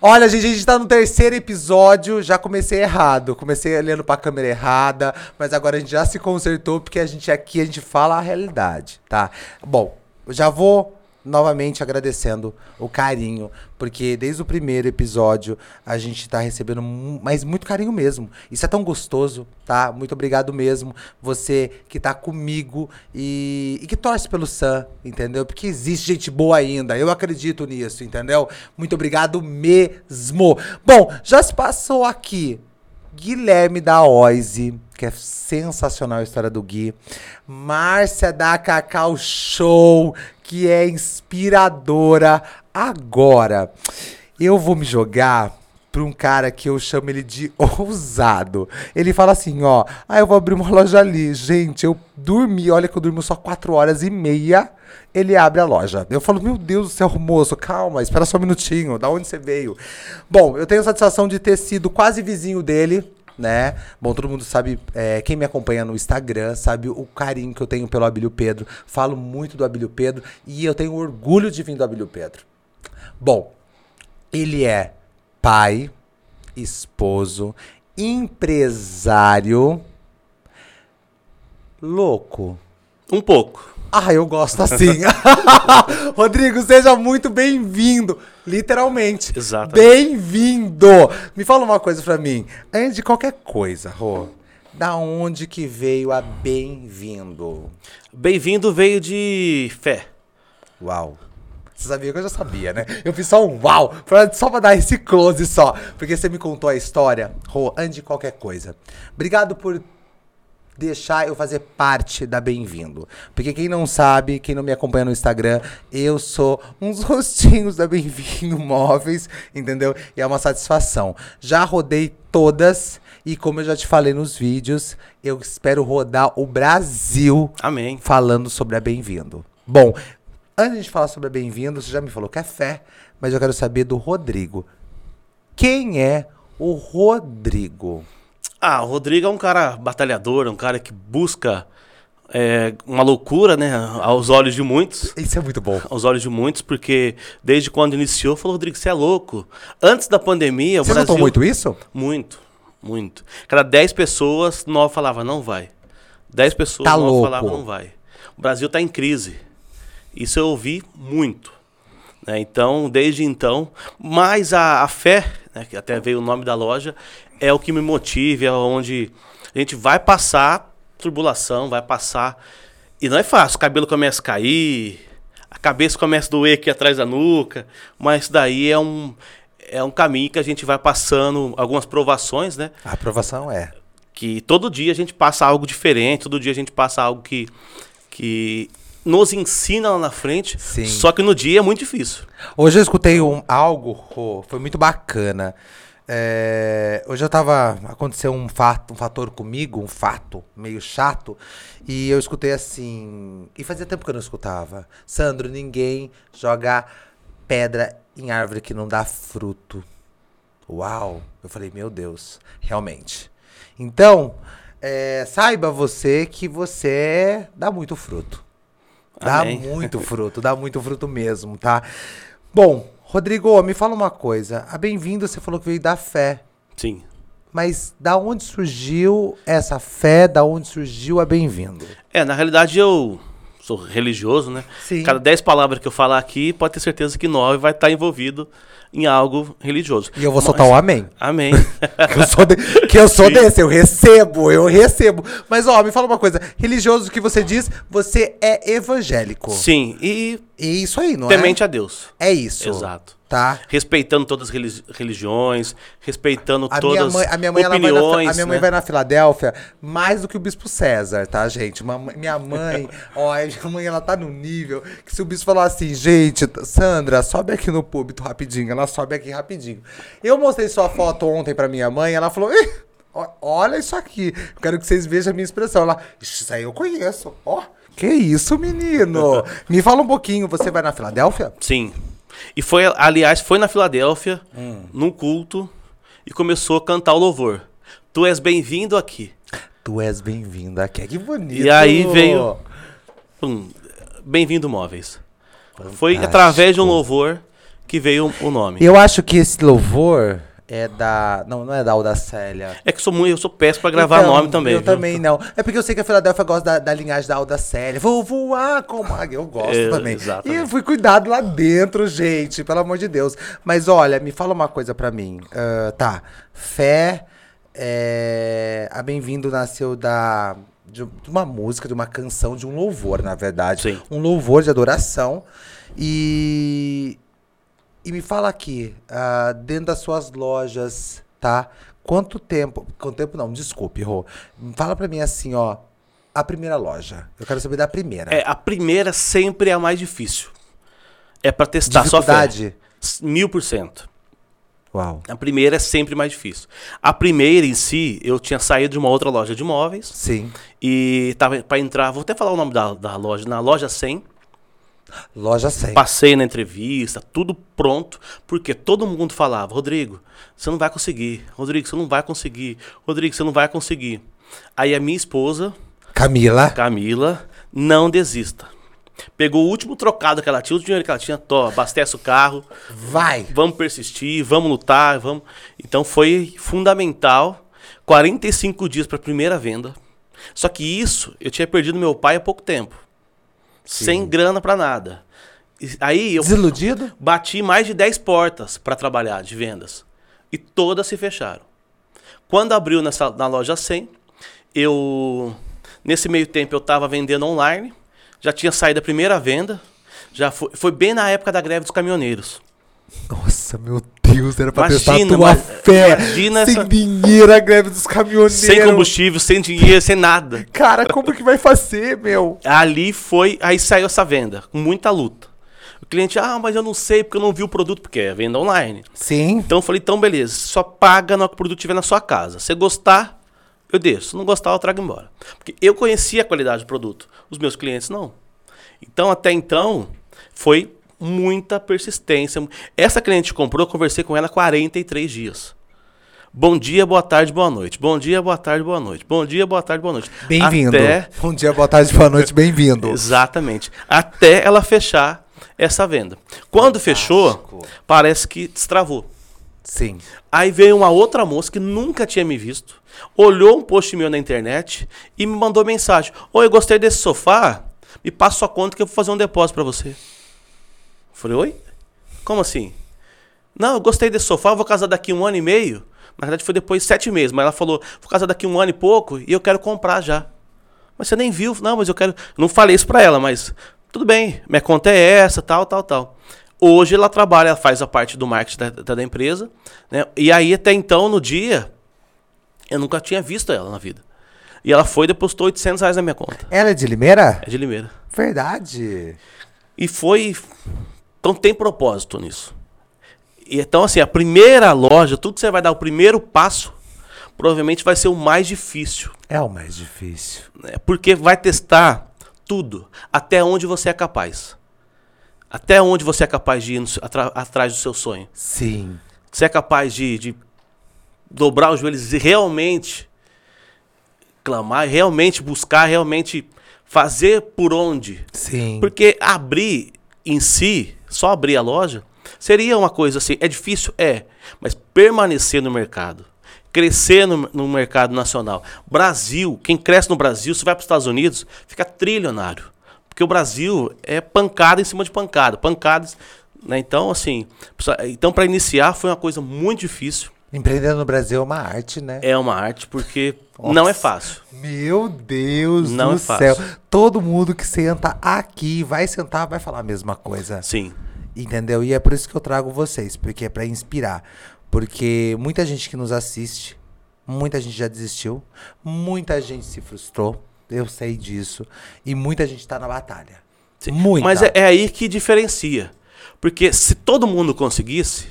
Olha, gente, a gente tá no terceiro episódio. Já comecei errado. Comecei olhando pra câmera errada, mas agora a gente já se consertou porque a gente aqui a gente fala a realidade, tá? Bom, eu já vou novamente agradecendo o carinho, porque desde o primeiro episódio a gente tá recebendo, mu- mas muito carinho mesmo. Isso é tão gostoso, tá? Muito obrigado mesmo, você que tá comigo e, e que torce pelo Sam, entendeu? Porque existe gente boa ainda, eu acredito nisso, entendeu? Muito obrigado mesmo. Bom, já se passou aqui Guilherme da Oise, que é sensacional a história do Gui. Márcia da Cacau Show, que é inspiradora. Agora, eu vou me jogar pra um cara que eu chamo ele de ousado. Ele fala assim, ó, ah, eu vou abrir uma loja ali. Gente, eu dormi, olha que eu durmo só 4 horas e meia. Ele abre a loja. Eu falo, meu Deus do céu, moço, calma, espera só um minutinho, da onde você veio? Bom, eu tenho a satisfação de ter sido quase vizinho dele, né? Bom, todo mundo sabe, é, quem me acompanha no Instagram sabe o carinho que eu tenho pelo Abílio Pedro. Falo muito do Abílio Pedro e eu tenho orgulho de vir do Abílio Pedro. Bom, ele é pai, esposo, empresário, louco. Um pouco. Ah, eu gosto assim. Rodrigo, seja muito bem-vindo. Literalmente. Exatamente. Bem-vindo. Me fala uma coisa pra mim. Antes de qualquer coisa, Rô, da onde que veio a bem-vindo? Bem-vindo veio de fé. Uau. Você sabia que eu já sabia, né? Eu fiz só um uau, pra- só pra dar esse close só. Porque você me contou a história, Rô, antes de qualquer coisa. Obrigado por deixar eu fazer parte da Bem-vindo. Porque quem não sabe, quem não me acompanha no Instagram, eu sou uns rostinhos da Bem-vindo Móveis, entendeu? E é uma satisfação. Já rodei todas e como eu já te falei nos vídeos, eu espero rodar o Brasil Amém. falando sobre a Bem-vindo. Bom, antes de falar sobre a Bem-vindo, você já me falou café, mas eu quero saber do Rodrigo. Quem é o Rodrigo? Ah, o Rodrigo é um cara batalhador, um cara que busca é, uma loucura, né? Aos olhos de muitos. Isso é muito bom. Aos olhos de muitos, porque desde quando iniciou, falou, Rodrigo, você é louco. Antes da pandemia, o Você Brasil... notou muito isso? Muito, muito. Cada 10 pessoas, 9 falava não vai. 10 pessoas, Tá 9 louco. falava não vai. O Brasil tá em crise. Isso eu ouvi muito. né? Então, desde então, mas a, a fé, né, que até veio o nome da loja, é o que me motiva, é onde a gente vai passar turbulação, vai passar. E não é fácil, o cabelo começa a cair, a cabeça começa a doer aqui atrás da nuca, mas daí é um, é um caminho que a gente vai passando algumas provações, né? A aprovação é. que todo dia a gente passa algo diferente, todo dia a gente passa algo que, que nos ensina lá na frente, Sim. só que no dia é muito difícil. Hoje eu escutei um, algo, Rô, foi muito bacana. É, hoje eu tava. Aconteceu um fato, um fator comigo, um fato meio chato, e eu escutei assim. E fazia tempo que eu não escutava. Sandro, ninguém joga pedra em árvore que não dá fruto. Uau! Eu falei, meu Deus, realmente. Então, é, saiba você que você dá muito fruto. Dá Amém. muito fruto, dá muito fruto mesmo, tá? Bom, Rodrigo, me fala uma coisa. A Bem-vindo, você falou que veio da fé. Sim. Mas da onde surgiu essa fé? Da onde surgiu a Bem-vindo? É, na realidade eu sou religioso, né? Sim. Cada 10 palavras que eu falar aqui, pode ter certeza que 9 vai estar envolvido em algo religioso. E eu vou soltar o amém. Amém. Que eu sou, de- que eu sou Sim. desse, eu recebo, eu recebo. Mas, ó, me fala uma coisa. Religioso que você diz, você é evangélico. Sim, e E isso aí, não temente a Deus. é? É isso. Exato. Tá? Respeitando todas as religi- religiões, respeitando A minha todas mãe, a minha mãe, ela vai opiniões. na, Fi- a minha mãe né? vai na Filadélfia mais do que o Bispo César, tá, gente? Uma- minha mãe, ó, a minha mãe, ela tá num nível que se o Bispo falar assim, gente, Sandra, sobe aqui no púlpito rapidinho, ela sobe aqui rapidinho. Eu mostrei sua foto ontem pra minha mãe, ela falou, "Ih, ó, olha isso aqui, eu quero que vocês vejam a minha expressão. Ela, "Ixi, isso aí eu conheço, ó. Que isso, menino? Me fala um pouquinho, você vai na Filadélfia? Sim. E foi, aliás, foi na Filadélfia, Hum. num culto, e começou a cantar o louvor. Tu és bem-vindo aqui. Tu és bem-vinda aqui, que bonito. E aí veio- Pum. Bem-vindo, móveis. Foi através de um louvor que veio o nome. Eu acho que esse louvor é da. Não, não é da Audacélia. É que sou muito, eu sou péssimo pra gravar Então, nome também. Eu viu? também não. É porque eu sei que a Filadélfia gosta da, da linhagem da Alda Célia. Vou voar como águia. Eu gosto É, também. exatamente. E eu fui cuidado lá dentro, gente. Pelo amor de Deus. Mas olha, me fala uma coisa pra mim. Ah, tá. Fé. É... A Bem-vindo nasceu da. De um, de uma música, de uma canção, de um louvor, na verdade. Sim. Um louvor de adoração. E. E me fala aqui, ah, dentro das suas lojas, tá? Quanto tempo. Quanto tempo não, desculpe, Rô. Fala pra mim assim, ó. A primeira loja. Eu quero saber da primeira. É, a primeira sempre é a mais difícil. É pra testar sua fé. Dificuldade? Mil por cento. Uau. A primeira é sempre mais difícil. A primeira em si, eu tinha saído de uma outra loja de imóveis Sim. e tava pra entrar, vou até falar o nome da, da loja, na loja 100. Loja 100. É. Passei na entrevista, tudo pronto, porque todo mundo falava: Rodrigo, você não vai conseguir. Rodrigo, você não vai conseguir. Rodrigo, você não vai conseguir. Aí a minha esposa, Camila. Camila, não desista. Pegou o último trocado que ela tinha, o dinheiro que ela tinha, tó, abastece o carro, Vai! vamos persistir, vamos lutar, vamos. Então foi fundamental. 45 dias para a primeira venda. Só que isso, eu tinha perdido meu pai há pouco tempo. Sem grana para nada. E Aí eu Desiludido? Bati mais de 10 portas para trabalhar de vendas e todas se fecharam. Quando abriu nessa, na loja 100, eu nesse meio tempo eu estava vendendo online, já tinha saído a primeira venda, já foi, foi bem na época da greve dos caminhoneiros. Nossa, meu Deus, era pra testar a Imagina, tua mas- fé. imagina sem essa- dinheiro, a greve dos caminhoneiros. Sem combustível, sem dinheiro, sem nada. Cara, como que vai fazer, meu? Ali foi, aí saiu essa venda, com muita luta. O cliente, ah, mas eu não sei porque eu não vi o produto, porque é venda online. Sim. Então eu falei, então beleza, só paga na hora que o produto estiver na sua casa. Se gostar, eu deixo. Se não gostar, eu trago embora. Porque eu conhecia a qualidade do produto, os meus clientes não. Então até então, foi muita persistência. Essa cliente que comprou, eu conversei com ela 43 dias. Bom dia, boa tarde, boa noite. Bom dia, boa tarde, boa noite. Bom dia, boa tarde, boa noite. Bem-vindo. Até Bom dia, boa tarde, boa noite, bem-vindo. Exatamente. Até ela fechar essa venda. Quando fechou, parece que destravou. Sim. Aí veio uma outra moça que nunca tinha me visto, olhou um post meu na internet e me mandou mensagem: Oi, eu gostei desse sofá, me passa sua conta que eu vou fazer um depósito pra você. Eu Falei: Oi? Como assim? Não, eu gostei desse sofá, eu vou casar daqui um ano e meio. Na verdade foi depois de sete meses, mas ela falou: Vou casar daqui um ano e pouco e eu quero comprar já. Mas você nem viu. Não, mas eu quero. Não falei isso pra ela, mas tudo bem. Minha conta é essa, tal, tal, tal. Hoje ela trabalha, ela faz a parte do marketing da, da- da empresa. Né? E aí, até então, no dia, eu nunca tinha visto ela na vida. E ela foi e depositou 800 reais na minha conta. Ela é de Limeira? É de Limeira. Verdade. E foi. Então tem propósito nisso. E então, assim, a primeira loja, tudo que você vai dar, o primeiro passo, provavelmente vai ser o mais difícil. É o mais difícil. né? Porque vai testar tudo, até onde você é capaz. Até onde você é capaz de ir no seu- atra- atrás do seu sonho. Sim. Você é capaz de, de dobrar os joelhos e realmente clamar, realmente buscar, realmente fazer por onde. Sim. Porque abrir em si, só abrir a loja, seria uma coisa assim. É difícil? É. Mas permanecer no mercado, crescer no, no mercado nacional. Brasil, quem cresce no Brasil, se vai para os Estados Unidos, fica trilionário. Porque o Brasil é pancada em cima de pancada. Pancadas. Né? Então, assim. precisa- Então, para iniciar, foi uma coisa muito difícil. Empreender no Brasil é uma arte, né? É uma arte, porque não é fácil. Meu Deus Não do é céu. fácil. Todo mundo que senta aqui, vai sentar, vai falar a mesma coisa. Sim. Entendeu? E é por isso que eu trago vocês, porque é pra inspirar. Porque muita gente que nos assiste, muita gente já desistiu, muita gente se frustrou, eu sei disso, e muita gente tá na batalha. Sim. Muita. Mas é, é aí que diferencia. Porque se todo mundo conseguisse,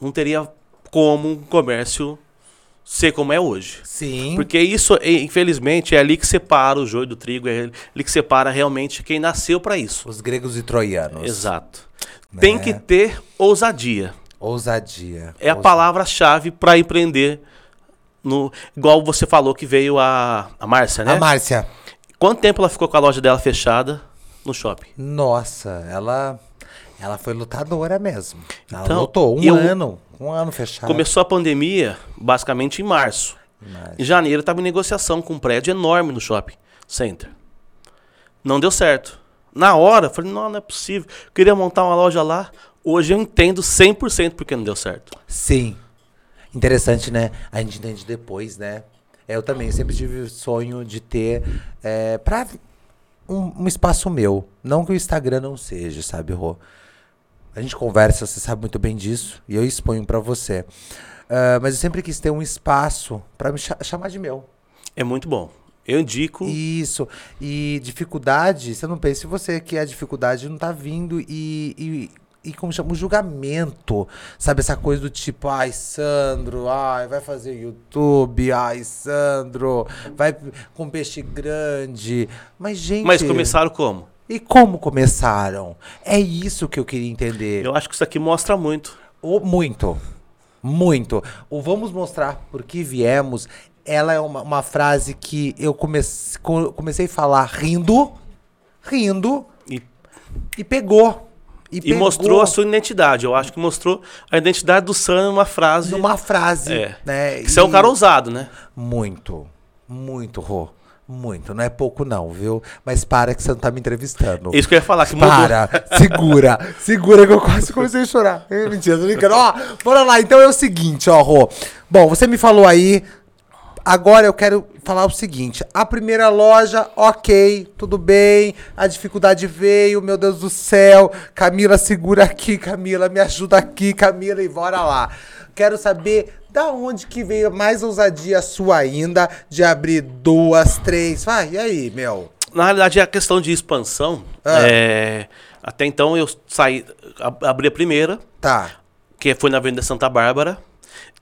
não teria como um comércio ser como é hoje. Sim. Porque isso, eh, infelizmente, é ali que separa o joio do trigo, é ali que separa realmente quem nasceu para isso. Os gregos e troianos. Exato. Tem Né? que ter ousadia. Ousadia. É a palavra-chave para empreender. No, igual você falou que veio a, a Márcia, né? A Márcia. Quanto tempo ela ficou com a loja dela fechada no shopping? Nossa, ela Ela foi lutadora mesmo. Ela Então, lutou um eu- ano. Um ano fechado. Começou a pandemia basicamente em março. Mas- Em janeiro estava em negociação com um prédio enorme no shopping center. Não deu certo. Na hora, eu falei, não, não é possível. Queria montar uma loja lá. Hoje eu entendo 100% porque não deu certo. Sim. Interessante, né? A gente entende depois, né? Eu também sempre tive o sonho de ter é, pra um, um espaço meu. Não que o Instagram não seja, sabe, Rô? A gente conversa, você sabe muito bem disso, e eu exponho pra você. Ah, mas eu sempre quis ter um espaço pra me cha- chamar de meu. É muito bom. Eu indico. Isso. E dificuldade, você não pensa em você que a dificuldade não tá vindo e. e e como chama o julgamento, sabe? Essa coisa do tipo, ai, Sandro, ai, vai fazer YouTube, ai, Sandro, vai com peixe grande. Mas, gente. Mas começaram como? E como começaram? É isso que eu queria entender. Eu acho que isso aqui mostra muito. O- muito. Muito. O Vamos Mostrar Por Que Viemos, ela é uma, uma frase que eu comece, co- comecei a falar rindo, rindo, E e pegou. E, E pegou mostrou a sua identidade. Eu acho que mostrou a identidade do Sam numa frase. numa frase. É. Né? Que você é um E- cara ousado, né? Muito. Muito, Rô. Muito. Não é pouco, não, viu? Mas para que você não tá me entrevistando. É Isso que eu ia falar, que mudou. Para, segura, segura que eu quase comecei a chorar. É, Mentira, tô brincando. Ó, bora lá, então é o seguinte, ó, Rô. Bom, você me falou aí. Agora eu quero falar o seguinte: a primeira loja, ok, tudo bem, a dificuldade veio, meu Deus do céu. Camila, segura aqui, Camila, me ajuda aqui, Camila, e bora lá. Quero saber da onde que veio mais ousadia sua ainda de abrir duas, três. Vai, e aí, meu? Na realidade, é a questão de expansão. Ah. é, até então eu saí, ab- abri a primeira, Tá. que foi na Avenida Santa Bárbara.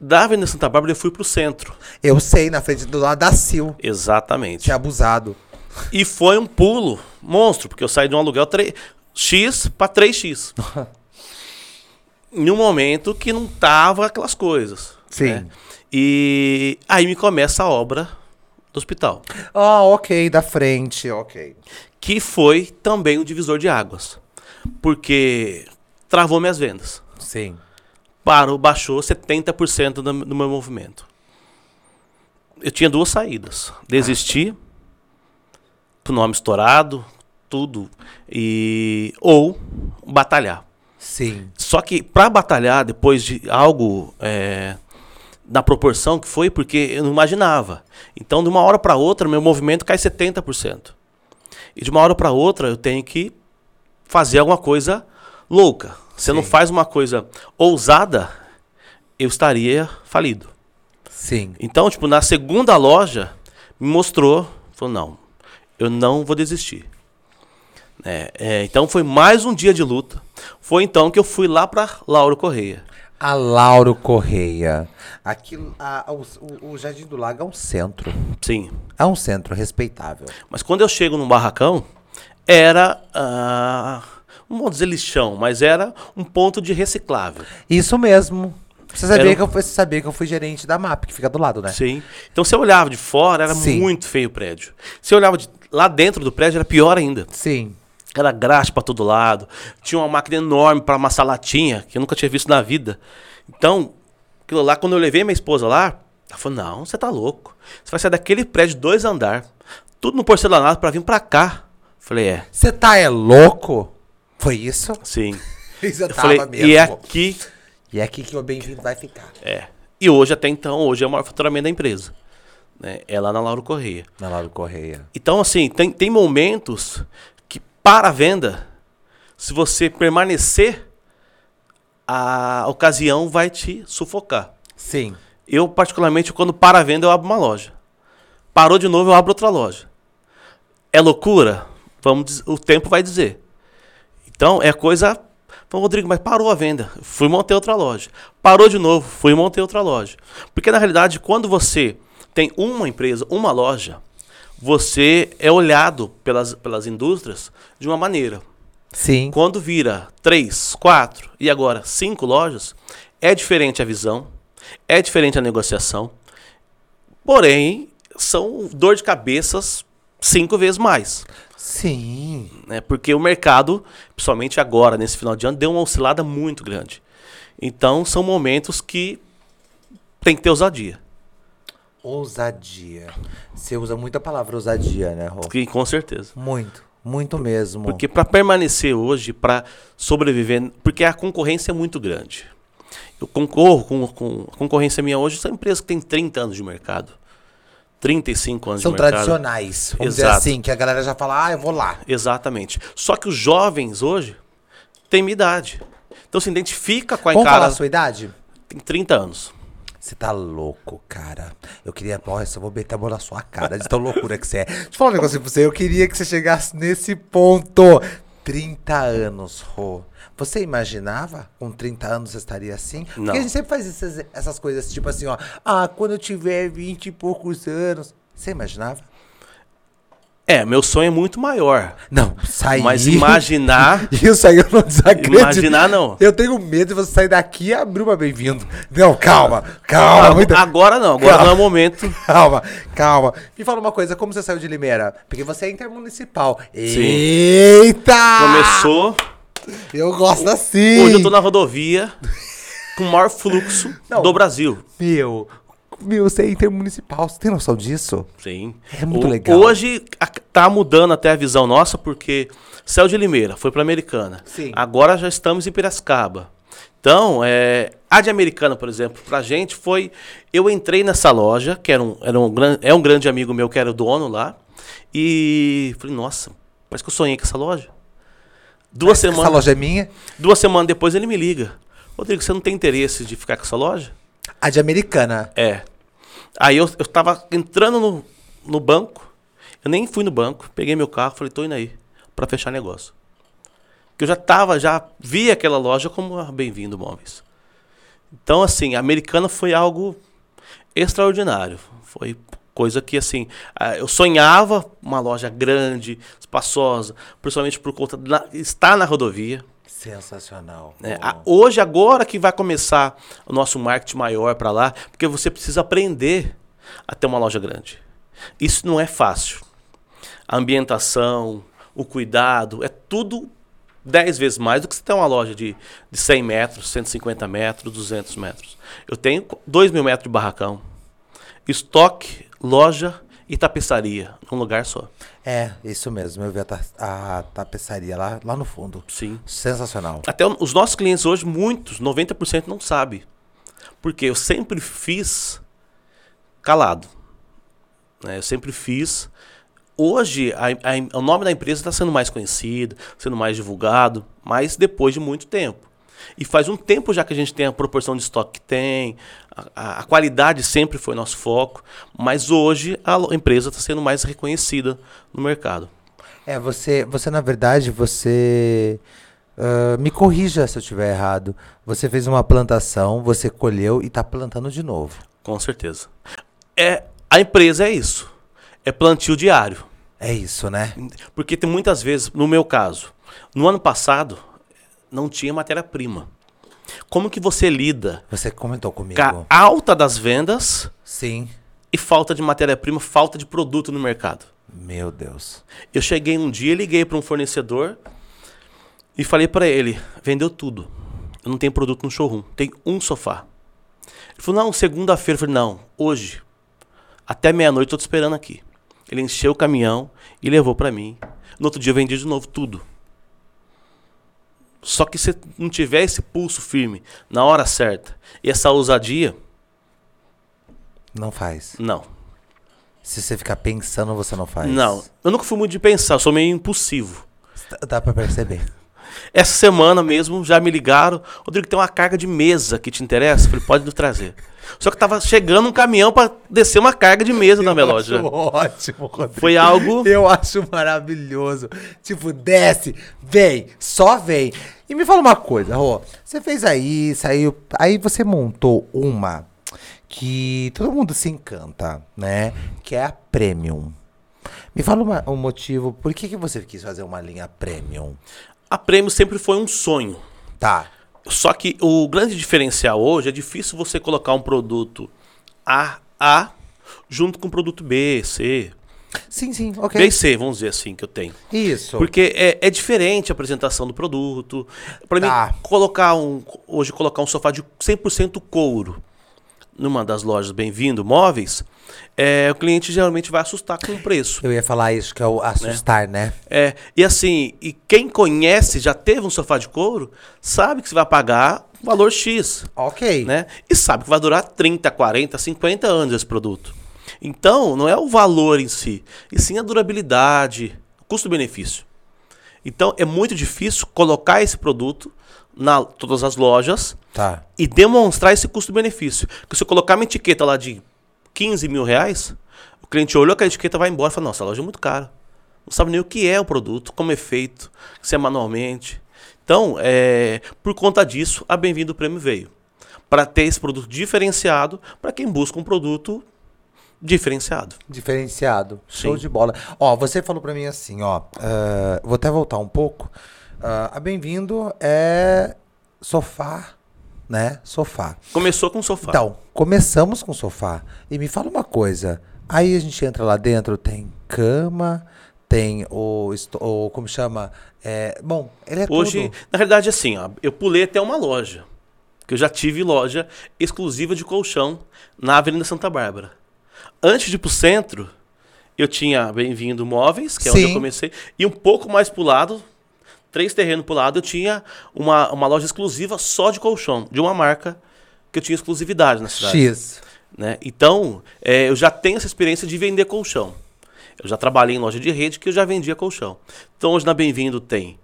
Da Avenida Santa Bárbara eu fui pro centro. Eu sei, na frente do lado da Sil. Exatamente. tinha abusado. E foi um pulo monstro, porque eu saí de um aluguel 3, X pra 3X. em um momento que não tava aquelas coisas. Sim. né? E aí me começa a obra do hospital, Ah, ok, da frente, ok. que foi também um divisor de águas, porque travou minhas vendas. Sim. Parou, baixou 70% do, do meu movimento. Eu tinha duas saídas: desistir, com o nome estourado, tudo, e ou batalhar. Sim. Só que pra batalhar depois de algo é, na proporção que foi, porque eu não imaginava. Então, de uma hora pra outra, meu movimento cai 70%. E de uma hora pra outra, eu tenho que fazer alguma coisa louca. Se eu não faz uma coisa ousada, eu estaria falido. Sim. Então, tipo, na segunda loja, me mostrou, falou, não, eu não vou desistir. É, é, então foi mais um dia de luta. Foi então que eu fui lá pra Lauro Correia. A Lauro Correia. Aqui, a- o, o- o Jardim do Lago é um centro. Sim. É um centro respeitável. Mas quando eu chego num barracão, era. ah, não vou dizer lixão, mas era um ponto de reciclável. né? Isso mesmo. Você sabia, Era um- que, eu fui, você sabia que eu fui gerente da MAP, que fica do lado, né? Sim. Então você olhava de fora, era Sim. muito feio o prédio. Você olhava de- lá dentro do prédio, era pior ainda. Sim. Era graxa pra todo lado. Tinha uma máquina enorme pra amassar latinha, que eu nunca tinha visto na vida. Então, aquilo lá, quando eu levei minha esposa lá, ela falou: Não, você tá louco. Você vai sair daquele prédio de dois andar, tudo no porcelanato pra vir pra cá. Falei: É, Você tá é louco? Foi isso? sim. Isso eu, Eu tava falei: mesmo. E é aqui. E é aqui que o bem-vindo vai ficar. É. E hoje, até então, hoje é o maior faturamento da empresa. Né? É lá na Lauro Correia. Na Lauro Correia. Então, assim, tem, tem momentos que para a venda, se você permanecer, a ocasião vai te sufocar. Sim. Eu, particularmente, quando para a venda, eu abro uma loja. Parou de novo, eu abro outra loja. É loucura? Vamos, diz- o tempo vai dizer. Então, é coisa. Falei, Rodrigo, mas parou a venda. Fui montei outra loja. Parou de novo, fui montei outra loja. Porque, na realidade, quando você tem uma empresa, uma loja, você é olhado pelas, pelas indústrias de uma maneira. Sim. Quando vira três, quatro e agora cinco lojas, é diferente a visão, é diferente a negociação. Porém, são dor de cabeças cinco vezes mais. Sim. né? Porque o mercado, principalmente agora, nesse final de ano, deu uma oscilada muito grande. Então, são momentos que tem que ter ousadia. Ousadia. Você usa muita palavra ousadia, né, Rô? Que, com certeza. Muito. Muito mesmo. Porque para permanecer hoje, para sobreviver, porque a concorrência é muito grande. Eu concorro com, com a concorrência minha hoje, são empresas que têm 30 anos de mercado. 35 anos São de mercado. tradicionais. Vamos dizer Exato. assim, que a galera já fala, ah, eu vou lá. Exatamente. Só que os jovens hoje têm minha idade. Então se identifica com a Vamos falar cara. a sua idade? Tem 30 anos. Você tá louco, cara. Eu queria. Nossa, eu vou meter a mão na sua cara de tão loucura que você é. Deixa eu falar um negócio pra você. Eu queria que você chegasse nesse ponto. 30 anos, Rô. Você imaginava com 30 anos você estaria assim? Não. Porque a gente sempre faz essas, essas coisas, tipo assim, ó. Ah, quando eu tiver 20 e poucos anos. Você imaginava? É, meu sonho é muito maior. Não, sair. Mas imaginar. Isso aí eu não desacredito. Imaginar, não. Eu tenho medo de você sair daqui e abrir uma bem-vindo. Não, calma, calma. muita- Agora não, agora Calma. não é o momento. Calma, calma. Me fala uma coisa, como você saiu de Limeira? Porque você é intermunicipal. Eita! Começou. Eu gosto assim. Hoje eu tô na rodovia com o maior fluxo Não. do Brasil. Meu, meu, você é intermunicipal. Você tem noção disso? Sim. É muito O- legal. Hoje a- tá mudando até a visão nossa, porque céu de Limeira foi pra Americana. Sim. Agora já estamos em Piracicaba. Então, é, a de Americana, por exemplo, pra gente foi. Eu entrei nessa loja, que era um, era um, gran- é um grande amigo meu que era o dono lá, e falei, nossa, parece que eu sonhei com essa loja. Duas Essa semanas. loja é minha? Duas semanas depois ele me liga. Rodrigo, você não tem interesse de ficar com essa loja? A de americana. É. Aí eu, eu tava entrando no, no banco, eu nem fui no banco, peguei meu carro, falei, tô indo aí, pra fechar negócio. Porque eu já tava, já vi aquela loja como ah, bem-vindo móveis. Então, assim, a americana foi algo extraordinário. Foi coisa que, assim, ah, eu sonhava uma loja grande, espaçosa, principalmente por conta de lá- estar na rodovia. Sensacional. né? Pô. A- hoje, agora que vai começar o nosso marketing maior para lá, porque você precisa aprender a ter uma loja grande. Isso não é fácil. A ambientação, o cuidado, é tudo 10 vezes mais do que você ter uma loja de, de 100 metros, 150 metros, 200 metros. Eu tenho 2 mil metros de barracão, estoque, loja e tapeçaria num lugar só. É, isso mesmo. Eu vi a, ta- a tapeçaria lá, lá no fundo. Sim. Sensacional. Até o- os nossos clientes hoje, muitos, 90% não sabe. Porque eu sempre fiz calado. né? Eu sempre fiz. Hoje, a- a- o nome da empresa está sendo mais conhecido, sendo mais divulgado, mas depois de muito tempo. E faz um tempo já que a gente tem a proporção de estoque que tem, a, a- a qualidade sempre foi nosso foco, mas hoje a lo- empresa está sendo mais reconhecida no mercado. É, você, você na verdade, você. ah, me corrija se eu estiver errado. Você fez uma plantação, você colheu e tá plantando de novo. Com certeza. É, a empresa é isso. É plantio diário. É isso, né? Porque tem muitas vezes, no meu caso, no ano passado não tinha matéria-prima. Como que você lida Você comentou comigo. com a alta das vendas Sim. e falta de matéria-prima, falta de produto no mercado? Meu Deus. Eu cheguei um dia, liguei para um fornecedor e falei para ele: vendeu tudo. Eu não tenho produto no showroom, tem um sofá. Ele falou: não, segunda-feira. Eu falei: não, hoje, até meia-noite, estou te esperando aqui. Ele encheu o caminhão e levou para mim. No outro dia, eu vendi de novo tudo. Só que se não tiver esse pulso firme na hora certa e essa ousadia, Não faz. não. Se você ficar pensando, você não faz. Não. Eu nunca fui muito de pensar, eu sou meio impulsivo. Dá- Dá pra perceber. Essa semana mesmo já me ligaram. Rodrigo, tem uma carga de mesa que te interessa? Eu Falei, pode nos trazer. Só que tava chegando um caminhão pra descer uma carga de mesa na minha loja. Acho ótimo, Rodrigo. Foi algo. Eu acho maravilhoso. Tipo, desce, vem, só vem. E me fala uma coisa, Rô. Você fez aí, saiu. Aí você montou uma que todo mundo se encanta, né? Que é a Premium. Me fala uma- um motivo, por que, que você quis fazer uma linha Premium? A prêmio sempre foi um sonho. Tá. Só que o grande diferencial hoje é difícil você colocar um produto A, A junto com um produto B, C. Sim, sim, ok. Bem C, vamos dizer assim, que eu tenho. Isso. Porque é, é diferente a apresentação do produto. Para Tá. mim, colocar um, hoje colocar um sofá de 100% couro numa das lojas Bem-vindo Móveis, é, o cliente geralmente vai assustar com o preço. Eu ia falar isso, que é o assustar, né? É, e assim, e quem conhece, já teve um sofá de couro, sabe que você vai pagar um valor X, Ok. né? E sabe que vai durar 30, 40, 50 anos esse produto. Então, não é o valor em si, e sim a durabilidade, custo-benefício. Então, é muito difícil colocar esse produto na todas as lojas Tá. e demonstrar esse custo-benefício. Porque se eu colocar uma etiqueta lá de 15 mil reais, o cliente olhou que a etiqueta vai embora e fala, nossa, a loja é muito cara. Não sabe nem o que é o produto, como é feito, se é manualmente. Então, é, por conta disso, a Bem-vindo Prêmio veio. Para ter esse produto diferenciado para quem busca um produto diferenciado. Diferenciado. Show Sim. de bola. Ó, você falou pra mim assim, ó. ah, vou até voltar um pouco. Ah, a Bem-vindo é sofá, né? Sofá. Começou com o sofá. Então, começamos com sofá. E me fala uma coisa. Aí a gente entra lá dentro, tem cama, tem o. esto- o como chama? É, bom, ele é Hoje, tudo. na realidade, assim, ó, eu pulei até uma loja. Que eu já tive loja exclusiva de colchão na Avenida Santa Bárbara. Antes de ir pro centro, eu tinha Bem-vindo Móveis, que é onde Sim. eu comecei, e um pouco mais pro lado, três terrenos pro lado, eu tinha uma, uma loja exclusiva só de colchão, de uma marca que eu tinha exclusividade na cidade X. né? Então, é, eu já tenho essa experiência de vender colchão. Eu já trabalhei em loja de rede que eu já vendia colchão. Então, hoje na Bem-vindo tem.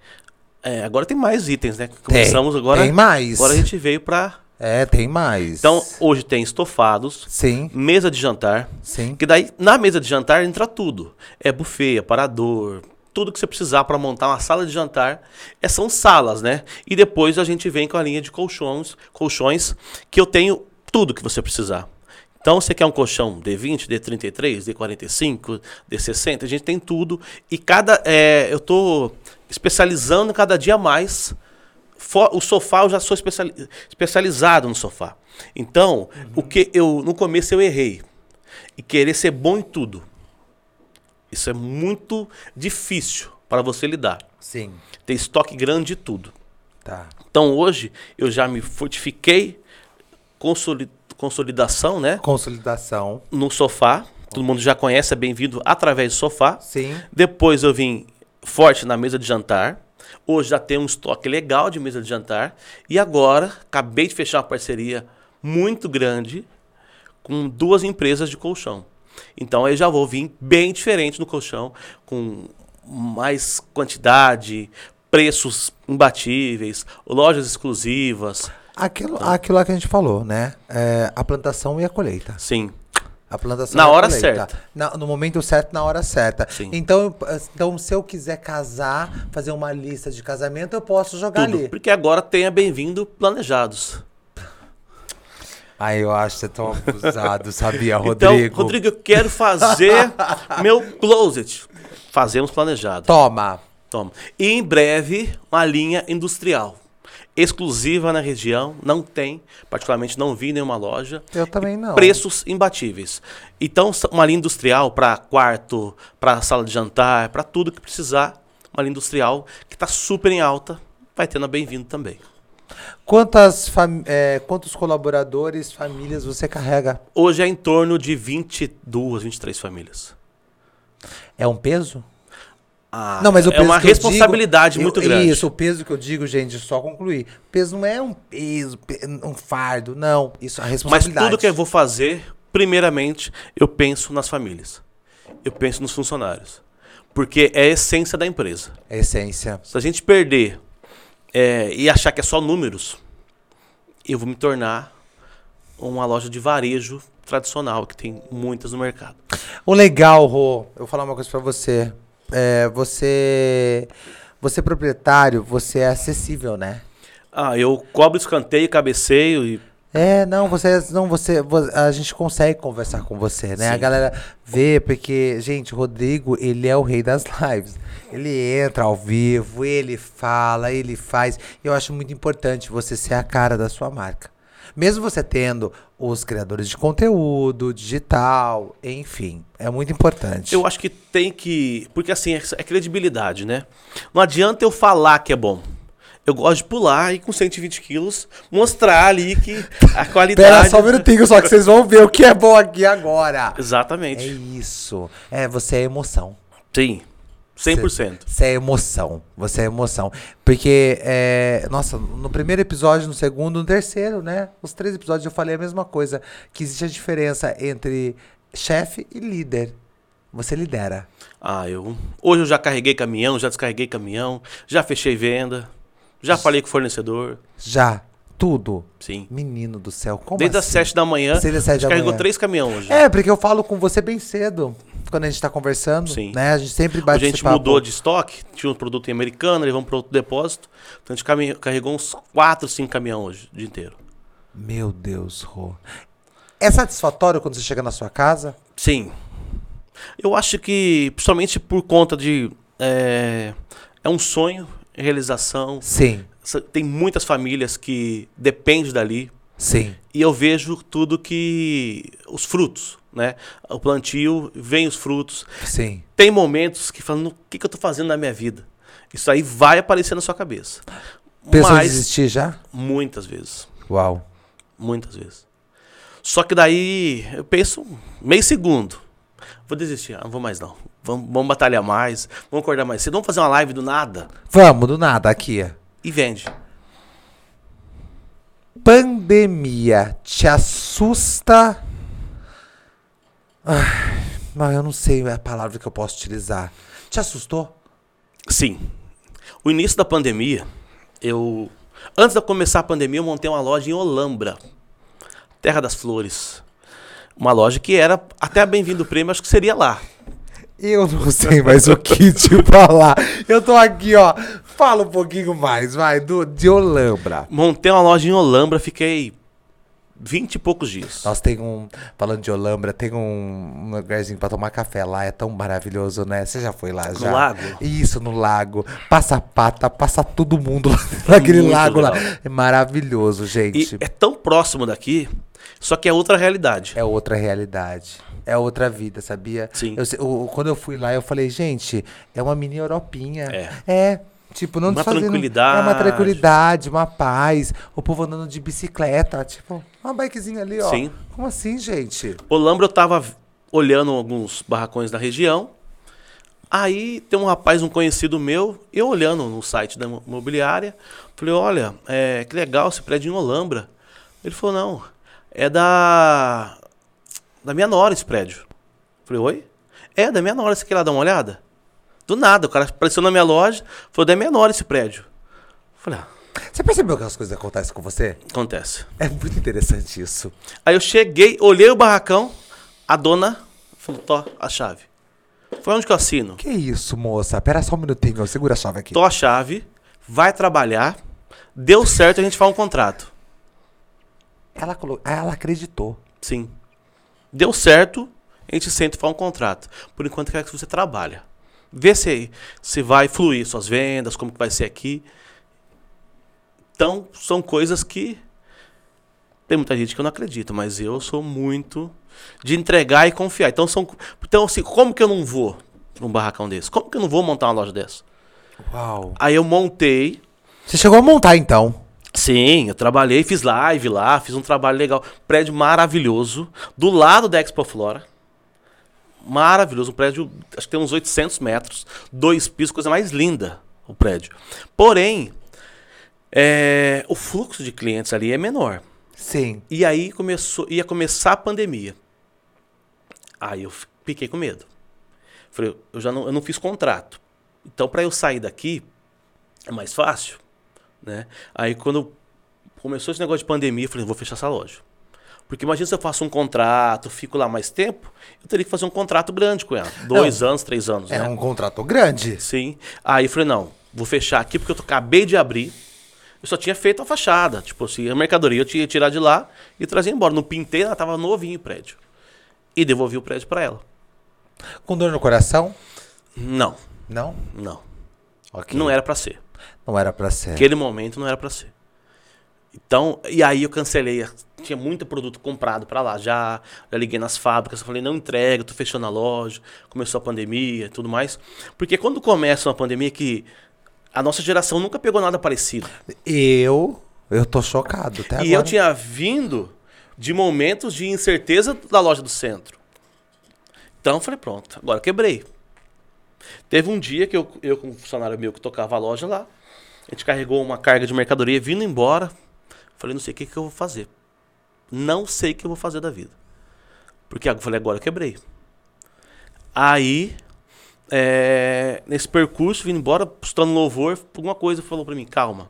é, agora tem mais itens, né? Começamos agora. Tem mais. Agora a gente veio pra. É, tem mais. Então, hoje tem estofados, Sim, mesa de jantar. sim. Que daí, na mesa de jantar, entra tudo. É buffet, aparador, tudo que você precisar para montar uma sala de jantar. É, são salas, né? E depois a gente vem com a linha de colchões, colchões que eu tenho tudo que você precisar. Então, você quer um colchão D20, D33, D45, D60, a gente tem tudo. E cada. é, eu tô especializando cada dia mais Fo- o sofá eu já sou especiali- especializado no sofá. Então, o que eu no começo eu errei e querer ser bom em tudo. Isso é muito difícil para você lidar. Sim. Ter estoque grande de tudo. Tá. Então hoje eu já me fortifiquei consoli- consolidação, né, Consolidação. no sofá. Todo mundo já conhece, é bem-vindo através do sofá. Sim. Depois eu vim forte na mesa de jantar. Hoje já tem um estoque legal de mesa de jantar. E agora, acabei de fechar uma parceria muito grande com duas empresas de colchão. Então aí já vou vir bem diferente no colchão, com mais quantidade, preços imbatíveis, lojas exclusivas. Aquilo, Tá. aquilo lá que a gente falou, né? É, a plantação e a colheita. Sim. A plantação Na e a hora colheita. certa. Na- no momento certo, na hora certa. Sim. Então, eu- então, se eu quiser casar, fazer uma lista de casamento, eu posso jogar Tudo, ali. porque agora tenha bem-vindo planejados. Ai, eu acho que você tão abusado, sabia, Então, Rodrigo, eu quero fazer meu closet. Fazemos planejado. Toma. Toma. E em breve, uma linha industrial. Exclusiva na região, não tem, particularmente não vi nenhuma loja. Eu também não. Preços imbatíveis. Então, s- uma linha industrial para quarto, para sala de jantar, para tudo que precisar. Uma linha industrial que está super em alta, vai ter na Bem-vindo também. Quantas fam- é, quantos colaboradores, famílias você carrega? Hoje é em torno de 22, 23 famílias. É um peso? Ah, Não, mas o é peso uma que eu responsabilidade digo- muito eu- grande. Isso, o peso que eu digo, gente, só concluir. Peso não é um peso, pe- um fardo, não. Isso é a Mas responsabilidade. tudo que eu vou fazer, primeiramente, eu penso nas famílias. Eu penso nos funcionários. Porque é a essência da empresa. É essência. Se a gente perder é, e achar que é só números, eu vou me tornar uma loja de varejo tradicional, que tem muitas no mercado. O legal, Rô, eu vou falar uma coisa pra você. É, você. Você é proprietário, você é acessível, né? Ah, eu cobro escanteio, cabeceio e. É, não, você, não, você, vo- a gente consegue conversar com você, né? A Sim. galera vê, porque, gente, o Rodrigo, ele é o rei das lives. Ele entra ao vivo, ele fala, ele faz. Eu acho muito importante você ser a cara da sua marca. Mesmo você tendo os criadores de conteúdo, digital, enfim, é muito importante. Eu acho que tem que. Porque assim, é, é credibilidade, né? Não adianta eu falar que é bom. Eu gosto de pular e com 120 quilos mostrar ali que a qualidade. Pera só um minutinho, só que vocês vão ver o que é bom aqui agora. É Exatamente. isso. É, você é emoção. Sim. 100%. Você é emoção. Você é emoção. Porque, é, nossa, no primeiro episódio, no segundo, no terceiro, né? Os três episódios eu falei a mesma coisa. Que existe a diferença entre chefe e líder. Você lidera. Ah, eu. Hoje eu já carreguei caminhão, já descarreguei caminhão, já fechei venda, já falei com o fornecedor. Já. Tudo. Sim. Menino do céu, como Desde assim? as 7 da manhã, Desde as sete da descarregou manhã. três caminhões hoje. É, porque eu falo com você bem cedo. Quando a gente tá conversando, Sim. né? A gente sempre A bate esse gente papo. mudou de estoque, tinha um produto em americano, levamos para outro depósito. Então a gente cami- carregou uns 4, 5 caminhões hoje, o dia inteiro. Meu Deus, Rô. É satisfatório quando você chega na sua casa? Sim. Eu acho que, principalmente por conta de. É, é um sonho, realização. Sim, Sa- Tem muitas famílias que dependem dali. sim. E eu vejo tudo que. os frutos, né? O plantio, vem os frutos. Sim. Tem momentos que falam, o que, que eu tô fazendo na minha vida? Isso aí vai aparecer na sua cabeça. Pensou em Mas, desistir já? muitas vezes. Uau. Muitas vezes. Só que daí eu penso meio segundo. Vou desistir, ah, não vou mais não. Vamos, vamos batalhar mais, vamos acordar mais cedo, vamos fazer uma live do nada Vamos, do nada, aqui. e vende. Pandemia te assusta? Ai, mas eu não sei é a palavra que eu posso utilizar. Te assustou? Sim. O início da pandemia, eu. Antes de eu começar a pandemia, eu montei uma loja em Olambra, Terra das Flores. Uma loja que era até bem-vindo o prêmio, acho que seria lá. Eu não sei mais o que te falar. Eu tô aqui, ó. Fala um pouquinho mais, vai, do, de Olambra. Montei uma loja em Olambra, fiquei 20 e poucos dias. Nós tem um. Falando de Olambra, tem um, um lugarzinho pra tomar café lá. É tão maravilhoso, né? Você já foi lá já? lago? Isso, no lago. Passa pata, passa todo mundo lá naquele Muito lago lá. legal. É maravilhoso, E gente. é tão próximo daqui, só que é outra realidade. É outra realidade. É outra vida, sabia? Sim. É. Eu se- o- o- quando eu fui lá, eu falei, gente, é uma mini Europinha. É. É, Tipo, não Uma desfazendo- tranquilidade. É uma tranquilidade, uma paz. O povo andando de bicicleta. Tipo, uma bikezinha ali, ó. Sim. Como assim, gente? Olambra, eu tava olhando alguns barracões da região. Aí tem um rapaz, um conhecido meu, eu olhando no site da imo- imobiliária, falei, olha, é, que legal esse prédio em Olambra. Ele falou, não, é da. Da minha nora esse prédio. Falei, oi? É, da minha nora, você quer ir lá dar uma olhada? Do nada, o cara apareceu na minha loja, falou, da minha nora esse prédio. Falei, ah, Você percebeu que as coisas acontecem com você? acontece. É muito interessante isso. Aí eu cheguei, olhei o barracão, a dona falou, tó, a chave. Foi onde que eu assino? Que isso, moça? Pera só um minutinho, eu segura a chave aqui. Tó a chave, vai trabalhar, deu certo, a gente faz um contrato. Ela, colo... ah, ela acreditou. Sim. Deu certo, a gente senta e faz um contrato. Por enquanto, quero que você trabalha. Vê se, se vai fluir suas vendas, como que vai ser aqui. Então, são coisas que... Tem muita gente que eu não acredito, mas eu sou muito de entregar e confiar. Então, são, então assim, como que eu não vou num barracão desse? Como que eu não vou montar uma loja dessa? Uau. Aí eu montei, Você chegou a montar, então. Sim, eu trabalhei, fiz live lá, fiz um trabalho legal. Prédio maravilhoso, do lado da Expo Flora. Maravilhoso, um prédio, acho que tem uns 800 metros, dois pisos, coisa mais linda o prédio. Porém, é, o fluxo de clientes ali é menor. Sim. E aí começou, ia começar a pandemia. Aí eu fi- fiquei com medo. Falei, eu já não, eu não fiz contrato. Então para eu sair daqui é mais fácil, né? Aí quando começou esse negócio de pandemia, eu falei, eu vou fechar essa loja. Porque imagina se eu faço um contrato, fico lá mais tempo, eu teria que fazer um contrato grande com ela. Dois anos, três anos, É né? um contrato grande. Sim. Aí eu falei, não, vou fechar aqui porque eu tô- acabei de abrir. Eu só tinha feito a fachada. Tipo assim, a mercadoria eu tinha que tirar de lá e trazer embora. Não pintei, ela tava novinha o prédio. E devolvi o prédio pra ela. Com dor no coração? Não, Não? não. Ok. Não é. era pra ser. Não era pra ser. Aquele momento não era pra ser. Então, e aí eu cancelei. Tinha muito produto comprado para lá já. Já liguei nas fábricas, falei, não entrega, tô fechando a loja. Começou a pandemia e tudo mais. Porque quando começa uma pandemia que a nossa geração nunca pegou nada parecido. Eu, eu tô chocado até agora. E eu tinha vindo de momentos de incerteza da loja do centro. Então eu falei, pronto, agora quebrei. Teve um dia que eu, eu com um funcionário meu que tocava a loja lá, a gente carregou uma carga de mercadoria vindo embora. Falei, não sei o que, que eu vou fazer. Não sei o que eu vou fazer da vida. Porque eu falei, agora eu quebrei. Aí, é, nesse percurso, vindo embora, postando louvor, alguma coisa falou pra mim, calma.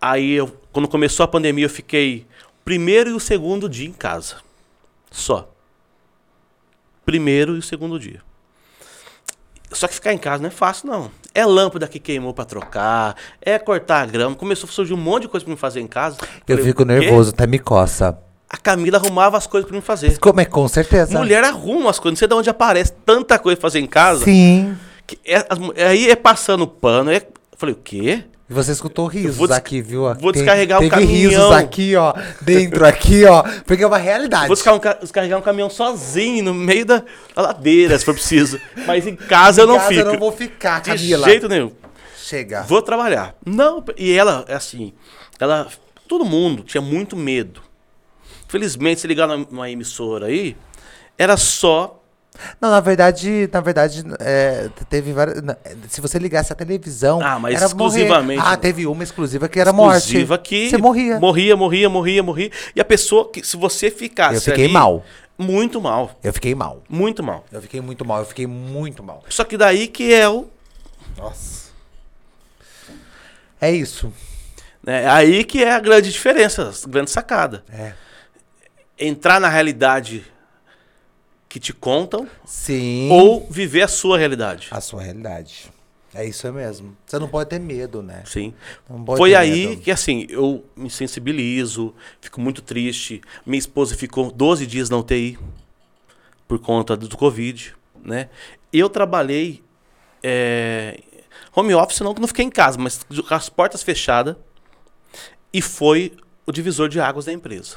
Aí, eu, quando começou a pandemia, eu fiquei o primeiro e o segundo dia em casa. Só. Primeiro e o segundo dia. Só que ficar em casa não é fácil, não. É lâmpada que queimou pra trocar, é cortar a grama. Começou a surgir um monte de coisa pra me fazer em casa. Eu Falei, fico "O quê?" nervoso, até me coça. A Camila arrumava as coisas pra me fazer. Como é? Com certeza. Mulher arruma as coisas, não sei de onde aparece tanta coisa pra fazer em casa. Sim. que é- as mu- aí é passando pano. É, eu falei, o quê? E você escutou risos vou des- aqui, viu? vou descarregar o teve risos caminhão. aqui, ó. Dentro aqui, ó. Porque é uma realidade. Vou descar- um ca- descarregar um caminhão sozinho no meio da, da ladeira, se for preciso. Mas em casa eu não Em casa fico. eu não vou ficar, De Camila. jeito nenhum. Chega. Vou trabalhar. Não, e ela, é assim, ela. Todo mundo tinha muito medo. Felizmente, se ligar numa- numa emissora aí, era só. Não, na verdade, na verdade, é, teve várias. na- Se você ligasse a televisão. Ah, mas era morrer. exclusivamente. Ah, teve uma exclusiva que era Exclusiva morte. que Você morria. Morria, morria, morria, morria. E a pessoa que, se você ficasse. Eu fiquei ali, mal. Muito mal. Eu fiquei mal. Muito mal. Eu fiquei muito mal. Eu fiquei muito mal. Só que daí que é o. Nossa. É isso. né, aí que é a grande diferença, a grande sacada. É. Entrar na realidade que te contam Sim. Ah. ou viver a sua realidade. A sua realidade. É isso mesmo. Você não pode ter medo, né? Sim. Não pode Foi ter aí medo. que, assim, eu me sensibilizo, fico muito triste. Minha esposa ficou 12 dias na UTI por conta do Covid, né? Eu trabalhei é, home office, não, que não fiquei em casa, mas com as portas fechadas. E foi o divisor de águas da empresa.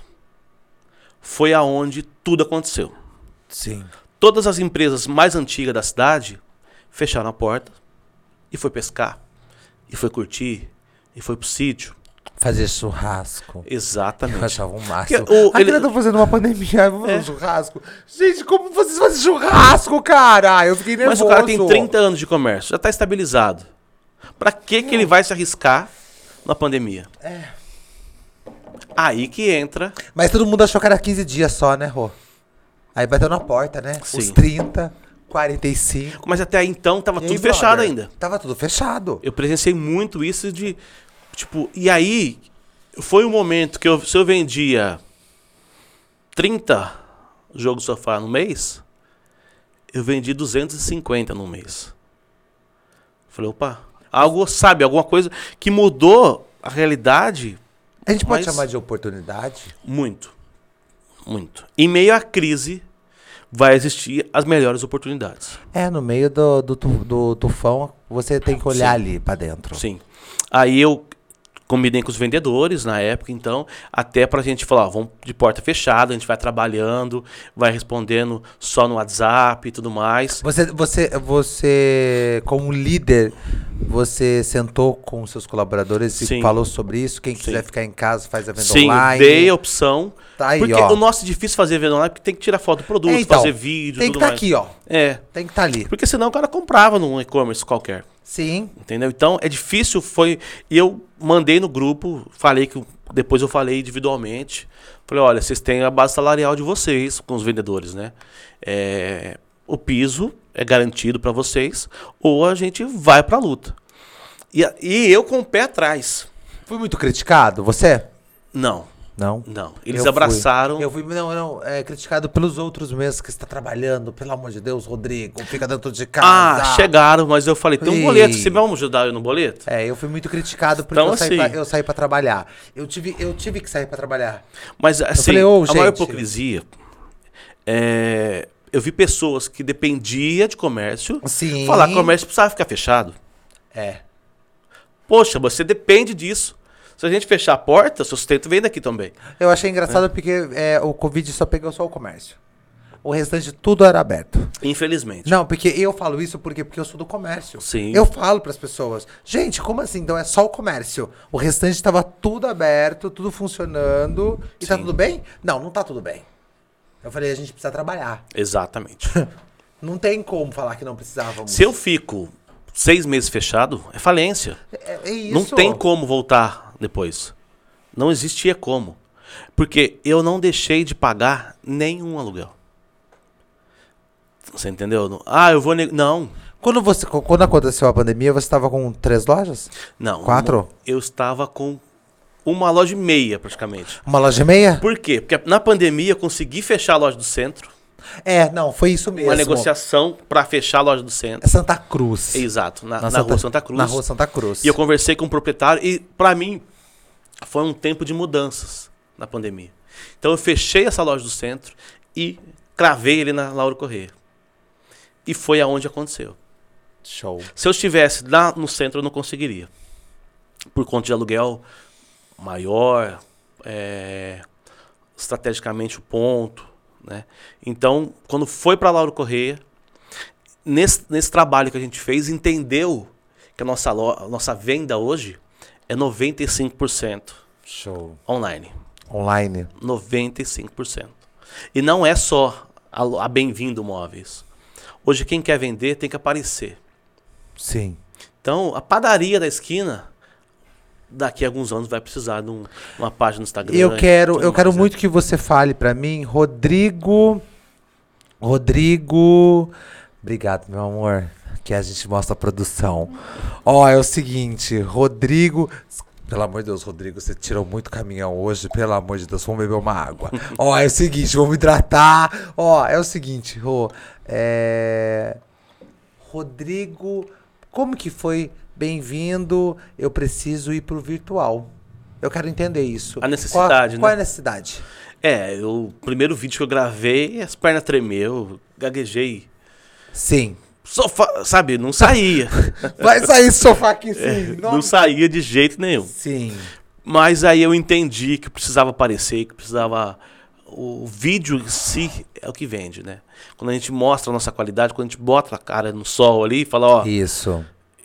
Foi aonde tudo aconteceu. Sim. Todas as empresas mais antigas da cidade fecharam a porta e foi pescar, e foi curtir, e foi pro sítio. Fazer churrasco. Eu Exatamente. achava um Que máximo. o- A ele- É. ele... tá fazendo uma pandemia, vamos fazer um churrasco. Gente, como vocês fazem churrasco, cara? Eu fiquei Mas nervoso. o cara tem 30 anos de comércio, já tá estabilizado. Pra que que ele vai se arriscar na pandemia? É. Aí que entra. Mas todo mundo achou que era 15 dias só, né, Rô? Aí bateu na porta, né? Os Sim. 30, 45. Mas até aí então tava E aí, tudo fechado brother? ainda. Tava tudo fechado. Eu presenciei muito isso de. Tipo, e aí foi um momento que eu, se eu vendia 30 jogos de sofá no mês, eu vendi 250 no mês. Falei, opa, algo, sabe, alguma coisa que mudou a realidade A gente pode Mas- chamar de oportunidade? muito. Muito. Em meio à crise, vai existir as melhores oportunidades. É, no meio do, do, tu- do tufão, você tem que olhar ali pra dentro. Sim. Aí eu combinei com os vendedores na época, então, até pra gente falar, ó, vamos de porta fechada, a gente vai trabalhando, vai respondendo só no WhatsApp e tudo mais. Você, você, você, como líder, você sentou com os seus colaboradores e Sim. falou sobre isso? Quem quiser Sim. ficar em casa faz a venda Sim, online. dei a opção. Tá aí, porque ó. o nosso é difícil fazer venda online, porque tem que tirar foto do produto, É, então, fazer vídeo, Tem que tudo estar mais. aqui, ó. É. Tem que estar ali. Porque senão o cara comprava num e-commerce qualquer. Sim. Entendeu? Então é difícil, foi. E eu mandei no grupo, falei que. Depois eu falei individualmente. Falei, olha, vocês têm a base salarial de vocês com os vendedores, né? É, o piso é garantido para vocês, ou a gente vai pra luta. E, a- e eu com o pé atrás. Fui muito criticado, você? Não, Não. não. Eles Eu fui. abraçaram. Eu fui, não, não, é, criticado pelos outros mesmo que está trabalhando. Pelo amor de Deus, Rodrigo, fica dentro de casa. Ah, chegaram, mas eu falei, tem um Ei. boleto, você vai me ajudar eu no boleto? É, eu fui muito criticado porque Então, eu, saí pra, assim- eu saí pra trabalhar. Eu tive, eu tive que sair pra trabalhar. Mas assim, falei, "Ô, a maior gente." hipocrisia é. Eu vi pessoas que dependiam de comércio Sim. falar que comércio precisava ficar fechado. É. Poxa, você depende disso. Se a gente fechar a porta, sustento vem daqui também. Eu achei engraçado porque é, o Covid só pegou só o comércio. O restante tudo era aberto. Infelizmente. Não, porque eu falo isso porque, porque eu sou do comércio. Sim. Eu falo pras pessoas, gente, como assim? Então é só o comércio. O restante tava tudo aberto, tudo funcionando. E tá Sim. tudo bem? Não, não tá tudo bem. Eu falei, a gente precisa trabalhar. Exatamente. Não tem como falar que não precisávamos. Se eu fico seis meses fechado, é falência. É, é isso. Não tem como voltar depois. Não existia como. Porque eu não deixei de pagar nenhum aluguel. Você entendeu? Não- Ah, eu vou. ne- Não. Quando, você, quando aconteceu a pandemia, você tava com três lojas? Não. Quatro? Eu estava com uma loja e meia, praticamente. Uma loja e meia? Por quê? Porque na pandemia eu consegui fechar a loja do centro. É, não, foi isso mesmo. Uma negociação para fechar a loja do É centro. Santa Cruz. Exato, na, Na na rua Santa Cruz. tá Na rua Santa Cruz. E eu conversei com o proprietário e para mim foi um tempo de mudanças na pandemia. Então eu fechei essa loja do centro e cravei ele na Lauro Corrêa. E foi aonde aconteceu. Show. Se eu estivesse lá no centro, eu não conseguiria. Por conta de aluguel maior, é, estrategicamente o ponto. Né? Então, quando foi para Lauro Correia, nesse, nesse trabalho que a gente fez, entendeu que a nossa, lo- a nossa venda hoje é 95% Show. online. Online. 95%. E não é só a, lo- a Bem-vindo Móveis. Hoje, quem quer vender tem que aparecer. Sim. Então, a padaria da esquina, daqui a alguns anos, vai precisar de um- uma página no Instagram. Eu e quero, tudo eu quero mais, né? muito que você fale pra mim, Rodrigo. Rodrigo. Obrigado, meu amor. Que a gente mostra a produção. Ó, é o seguinte, Rodrigo. Pelo amor de Deus, Rodrigo, você tirou muito caminhão hoje. Pelo amor de Deus, vamos beber uma água. Ó, é o seguinte, vamos hidratar. Ó, é o seguinte, Rô. É. Rodrigo, como que foi? Bem-vindo. Eu preciso ir pro virtual. Eu quero entender isso. A necessidade, qual, Qual é a né? necessidade? É, eu- o primeiro vídeo que eu gravei, as pernas tremeu, gaguejei. Sim. Sofá, sabe, não saía. Vai sair esse sofá aqui sim. É, não saía de jeito nenhum. Sim. Mas aí eu entendi que precisava aparecer, que precisava. O vídeo em si é o que vende, né? Quando a gente mostra a nossa qualidade, quando a gente bota a cara no sol ali e fala, ó, Isso.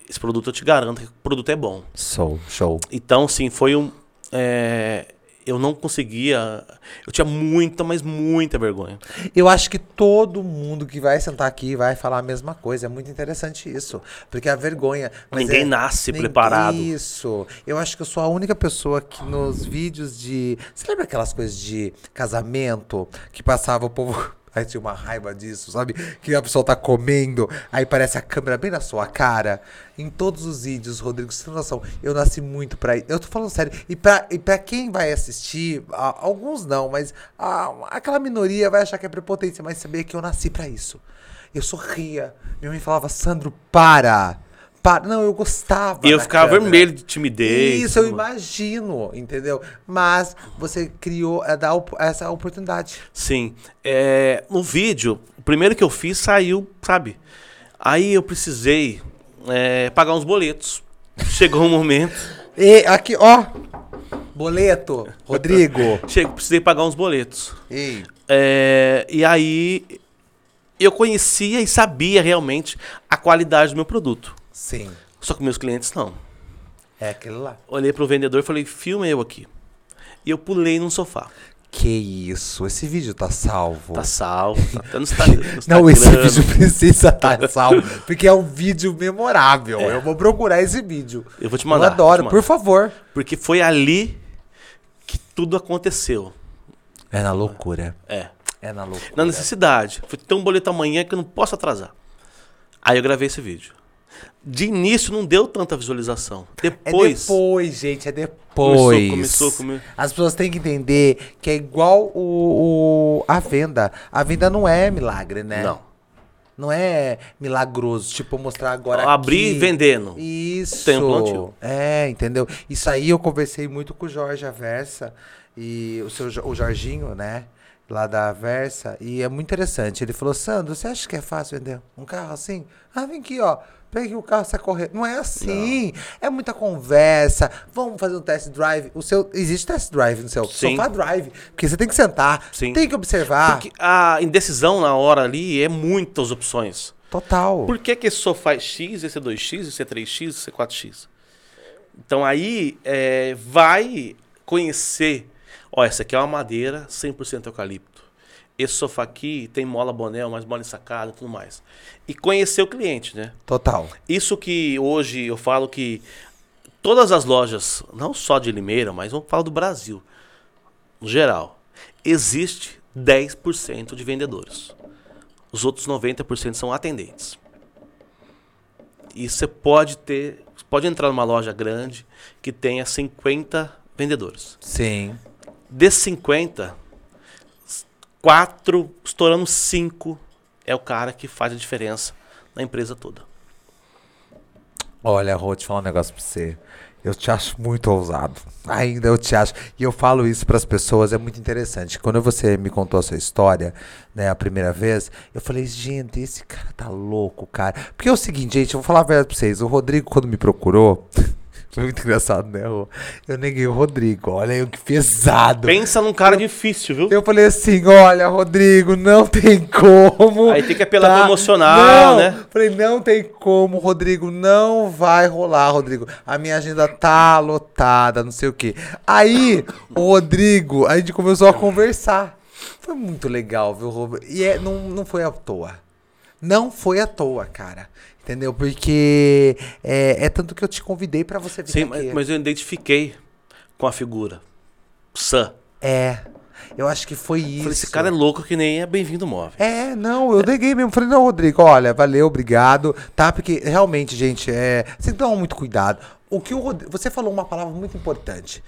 esse produto eu te garanto que o produto é bom. Show, show. Então, sim, foi um. é, eu não conseguia. Eu tinha muita, mas muita vergonha. Eu acho que todo mundo que vai sentar aqui vai falar a mesma coisa. É muito interessante isso. Porque a vergonha. mas Ninguém é- nasce preparado. Isso. Eu acho que eu sou a única pessoa que nos vídeos de. Você lembra aquelas coisas de casamento que passava o povo. Aí tinha uma raiva disso, sabe? Que a pessoa tá comendo, aí parece a câmera bem na sua cara. Em todos os vídeos, Rodrigo, você tem noção, eu nasci muito pra isso. Eu tô falando sério. E pra, e pra quem vai assistir, a- alguns não, mas a- aquela minoria vai achar que é prepotência, mas saber que eu nasci pra isso. Eu sorria. Minha mãe falava, Sandro, para! Para. Não, eu gostava. E eu da ficava câmera. vermelho de timidez. Isso, eu tudo mais. imagino, entendeu? Mas você criou é, dá op- essa oportunidade. Sim. É, no vídeo, o primeiro que eu fiz saiu, sabe? Aí eu precisei é, pagar uns boletos. Chegou um momento. E aqui, ó. Boleto, Rodrigo. Chego, precisei pagar uns boletos. Ei. É, e aí eu conhecia e sabia realmente a qualidade do meu produto. Sim, Só que meus clientes não. é aquele lá. Olhei pro vendedor e falei, filma eu aqui. E eu pulei num sofá. Que isso, esse vídeo tá salvo. Tá salvo, tá, tá no Instagram. no Não, esse Instagram. vídeo precisa estar salvo, porque é um vídeo memorável. Eu vou procurar esse vídeo. Eu vou te mandar, Eu adoro, vou te por mandar. favor. Porque foi ali que tudo aconteceu. É na loucura. É. É na loucura. Na necessidade. Foi ter um boleto amanhã que eu não posso atrasar. Aí eu gravei esse vídeo. De início não deu tanta visualização. É Depois. depois, gente, é depois. Começou, começou, come- As pessoas têm que entender que é igual o, o- a venda. A venda não é milagre, né? Não. Não é milagroso, tipo mostrar agora Abrir aqui. vendendo. Isso. Tem um plantio. É, entendeu? Isso aí eu conversei muito com o Jorge Aversa e o seu Jo- o Jorginho, né? lá da Versa, e é muito interessante. Ele falou, Sandro, você acha que é fácil vender um carro assim? Ah, vem aqui, ó. Pegue o carro, sai correndo. Não é assim. É muita conversa. Vamos fazer um test drive. O seu existe test drive no seu Sim. sofá drive, porque você tem que sentar, Sim. tem que observar. Porque a indecisão na hora ali é muitas opções. Total. Por que, que esse sofá é X, esse é 2X, esse é 3X, esse é 4X? Então aí é, vai conhecer. Ó, essa aqui é uma madeira 100% eucalipto. Esse sofá aqui tem mola bonel, mais mola ensacada e tudo mais. E conhecer o cliente, né? Total. Isso que hoje eu falo que todas as lojas, não só de Limeira, mas vamos falar do Brasil, no geral, existe 10% de vendedores. Os outros 90% são atendentes. E você pode ter, pode entrar numa loja grande que tenha 50 vendedores. Sim. Desses 50, 4, estourando 5, é o cara que faz a diferença na empresa toda. Olha, Rô, te falar um negócio pra você. Eu te acho muito ousado. Ainda eu te acho. E eu falo isso pras pessoas, é muito interessante. Quando você me contou a sua história, né, a primeira vez, eu falei, gente, esse cara tá louco, cara. Porque é o seguinte, gente, eu vou falar a verdade pra vocês. O Rodrigo, quando me procurou. Foi muito engraçado, né, Rô? Eu neguei o Rodrigo. Olha eu que pesado. Pensa num cara difícil, viu? Eu falei assim, olha, Rodrigo, não tem como. Tá? Aí tem que apelar pro emocional, Não. né? Falei, não tem como, Rodrigo, não vai rolar, Rodrigo. A minha agenda tá lotada, não sei o quê. Aí, o Rodrigo, a gente começou a conversar. Foi muito legal, viu, Roberto? E é- não, não foi à toa. Não foi à toa, cara. Entendeu? Porque é, é tanto que eu te convidei pra você vir Sim, aqui. mas, mas eu identifiquei com a figura. Sam. É, eu acho que foi isso. Falei, esse cara é louco que nem é bem-vindo móvel. É, não, eu neguei mesmo. Falei, não, Rodrigo, olha, valeu, obrigado, tá? Porque realmente, gente, é. Vocês tomam muito cuidado. O que o Rod- Você falou uma palavra muito importante: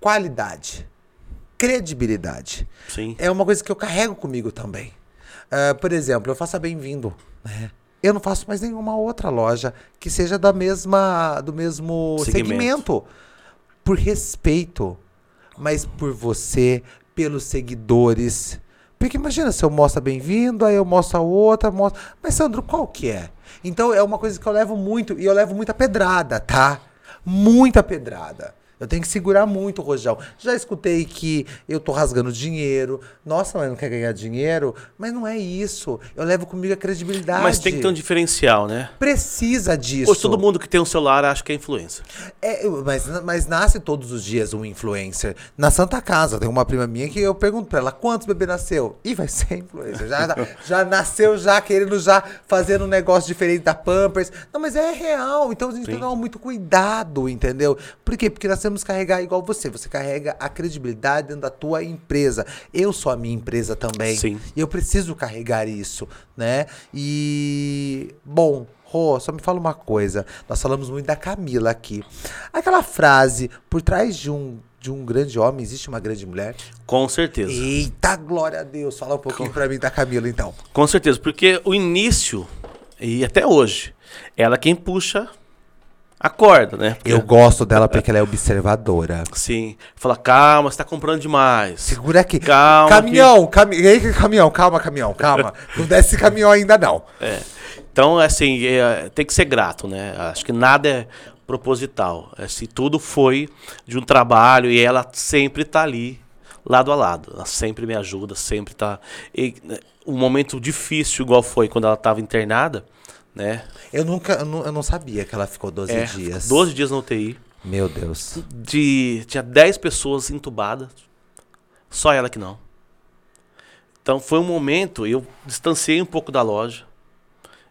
qualidade, credibilidade. Sim. É uma coisa que eu carrego comigo também. Ah, por exemplo, eu faço a Bem-vindo. né? Eu não faço mais nenhuma outra loja que seja da mesma, do mesmo Segmento. segmento. Por respeito, mas por você, pelos seguidores. Porque imagina se eu mostro a Bem-vindo, aí eu mostro a outra, mostro... Mas Sandro, qual que é? Então é uma coisa que eu levo muito, e eu levo muita pedrada, tá? Muita pedrada. Eu tenho que segurar muito, Rojão. Já escutei que eu tô rasgando dinheiro. Nossa, mas não quer ganhar dinheiro? Mas não é isso. Eu levo comigo a credibilidade. Mas tem que ter um diferencial, né? Precisa disso. Hoje todo mundo que tem um celular acha que é influencer. É, eu- mas, mas nasce todos os dias um influencer. Na Santa Casa, tem uma prima minha que eu pergunto pra ela quantos bebês nasceu. E vai ser influencer. Já, já nasceu, já querendo já fazer um negócio diferente da Pampers. Não, mas é real. Então a gente tem que tomar muito cuidado, entendeu? Por quê? Porque nós temos que carregar igual você. Você carrega a credibilidade dentro da tua empresa. Eu sou a minha empresa também. Sim. E eu preciso carregar isso, né? E. Bom, Rô, só me fala uma coisa. Nós falamos muito da Camila aqui. Aquela frase, por trás de um, de um grande homem existe uma grande mulher. Com certeza. Eita, glória a Deus. Fala um pouquinho pra mim da Camila, então. Com certeza. Porque o início, e até hoje, ela é quem puxa a corda, né? Porque- Eu gosto dela porque ela é observadora. Sim. Fala, calma, você tá comprando demais. Segura aqui. Calma Caminhão, cami... Ei, caminhão, calma, caminhão, calma. Não desce caminhão ainda, não. É. Então, assim, é, tem que ser grato, né? Acho que nada é proposital. Assim, tudo foi de um trabalho e ela sempre tá ali, lado a lado. Ela sempre me ajuda, sempre tá. E, né, um momento difícil, igual foi quando ela estava internada, né? Eu nunca, eu não, eu não sabia que ela ficou 12 É, dias. 12 dias na UTI. Meu Deus. De, tinha 10 pessoas entubadas, só ela que não. Então foi um momento, eu distanciei um pouco da loja.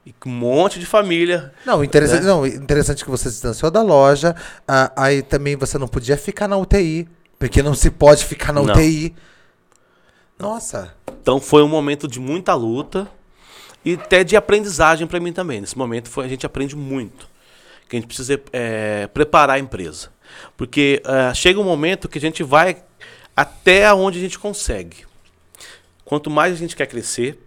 E com um monte de família Não, interessante, Né? não, interessante é que você se distanciou da loja. ah, aí também você não podia ficar na UTI. Porque não se pode ficar na Não. UTI. Nossa. Então foi um momento de muita luta e até de aprendizagem para mim também. Nesse momento foi, a gente aprende muito. Que a gente precisa eh, preparar a empresa. Porque ah, chega um momento que a gente vai até onde a gente consegue. Quanto mais a gente quer crescer,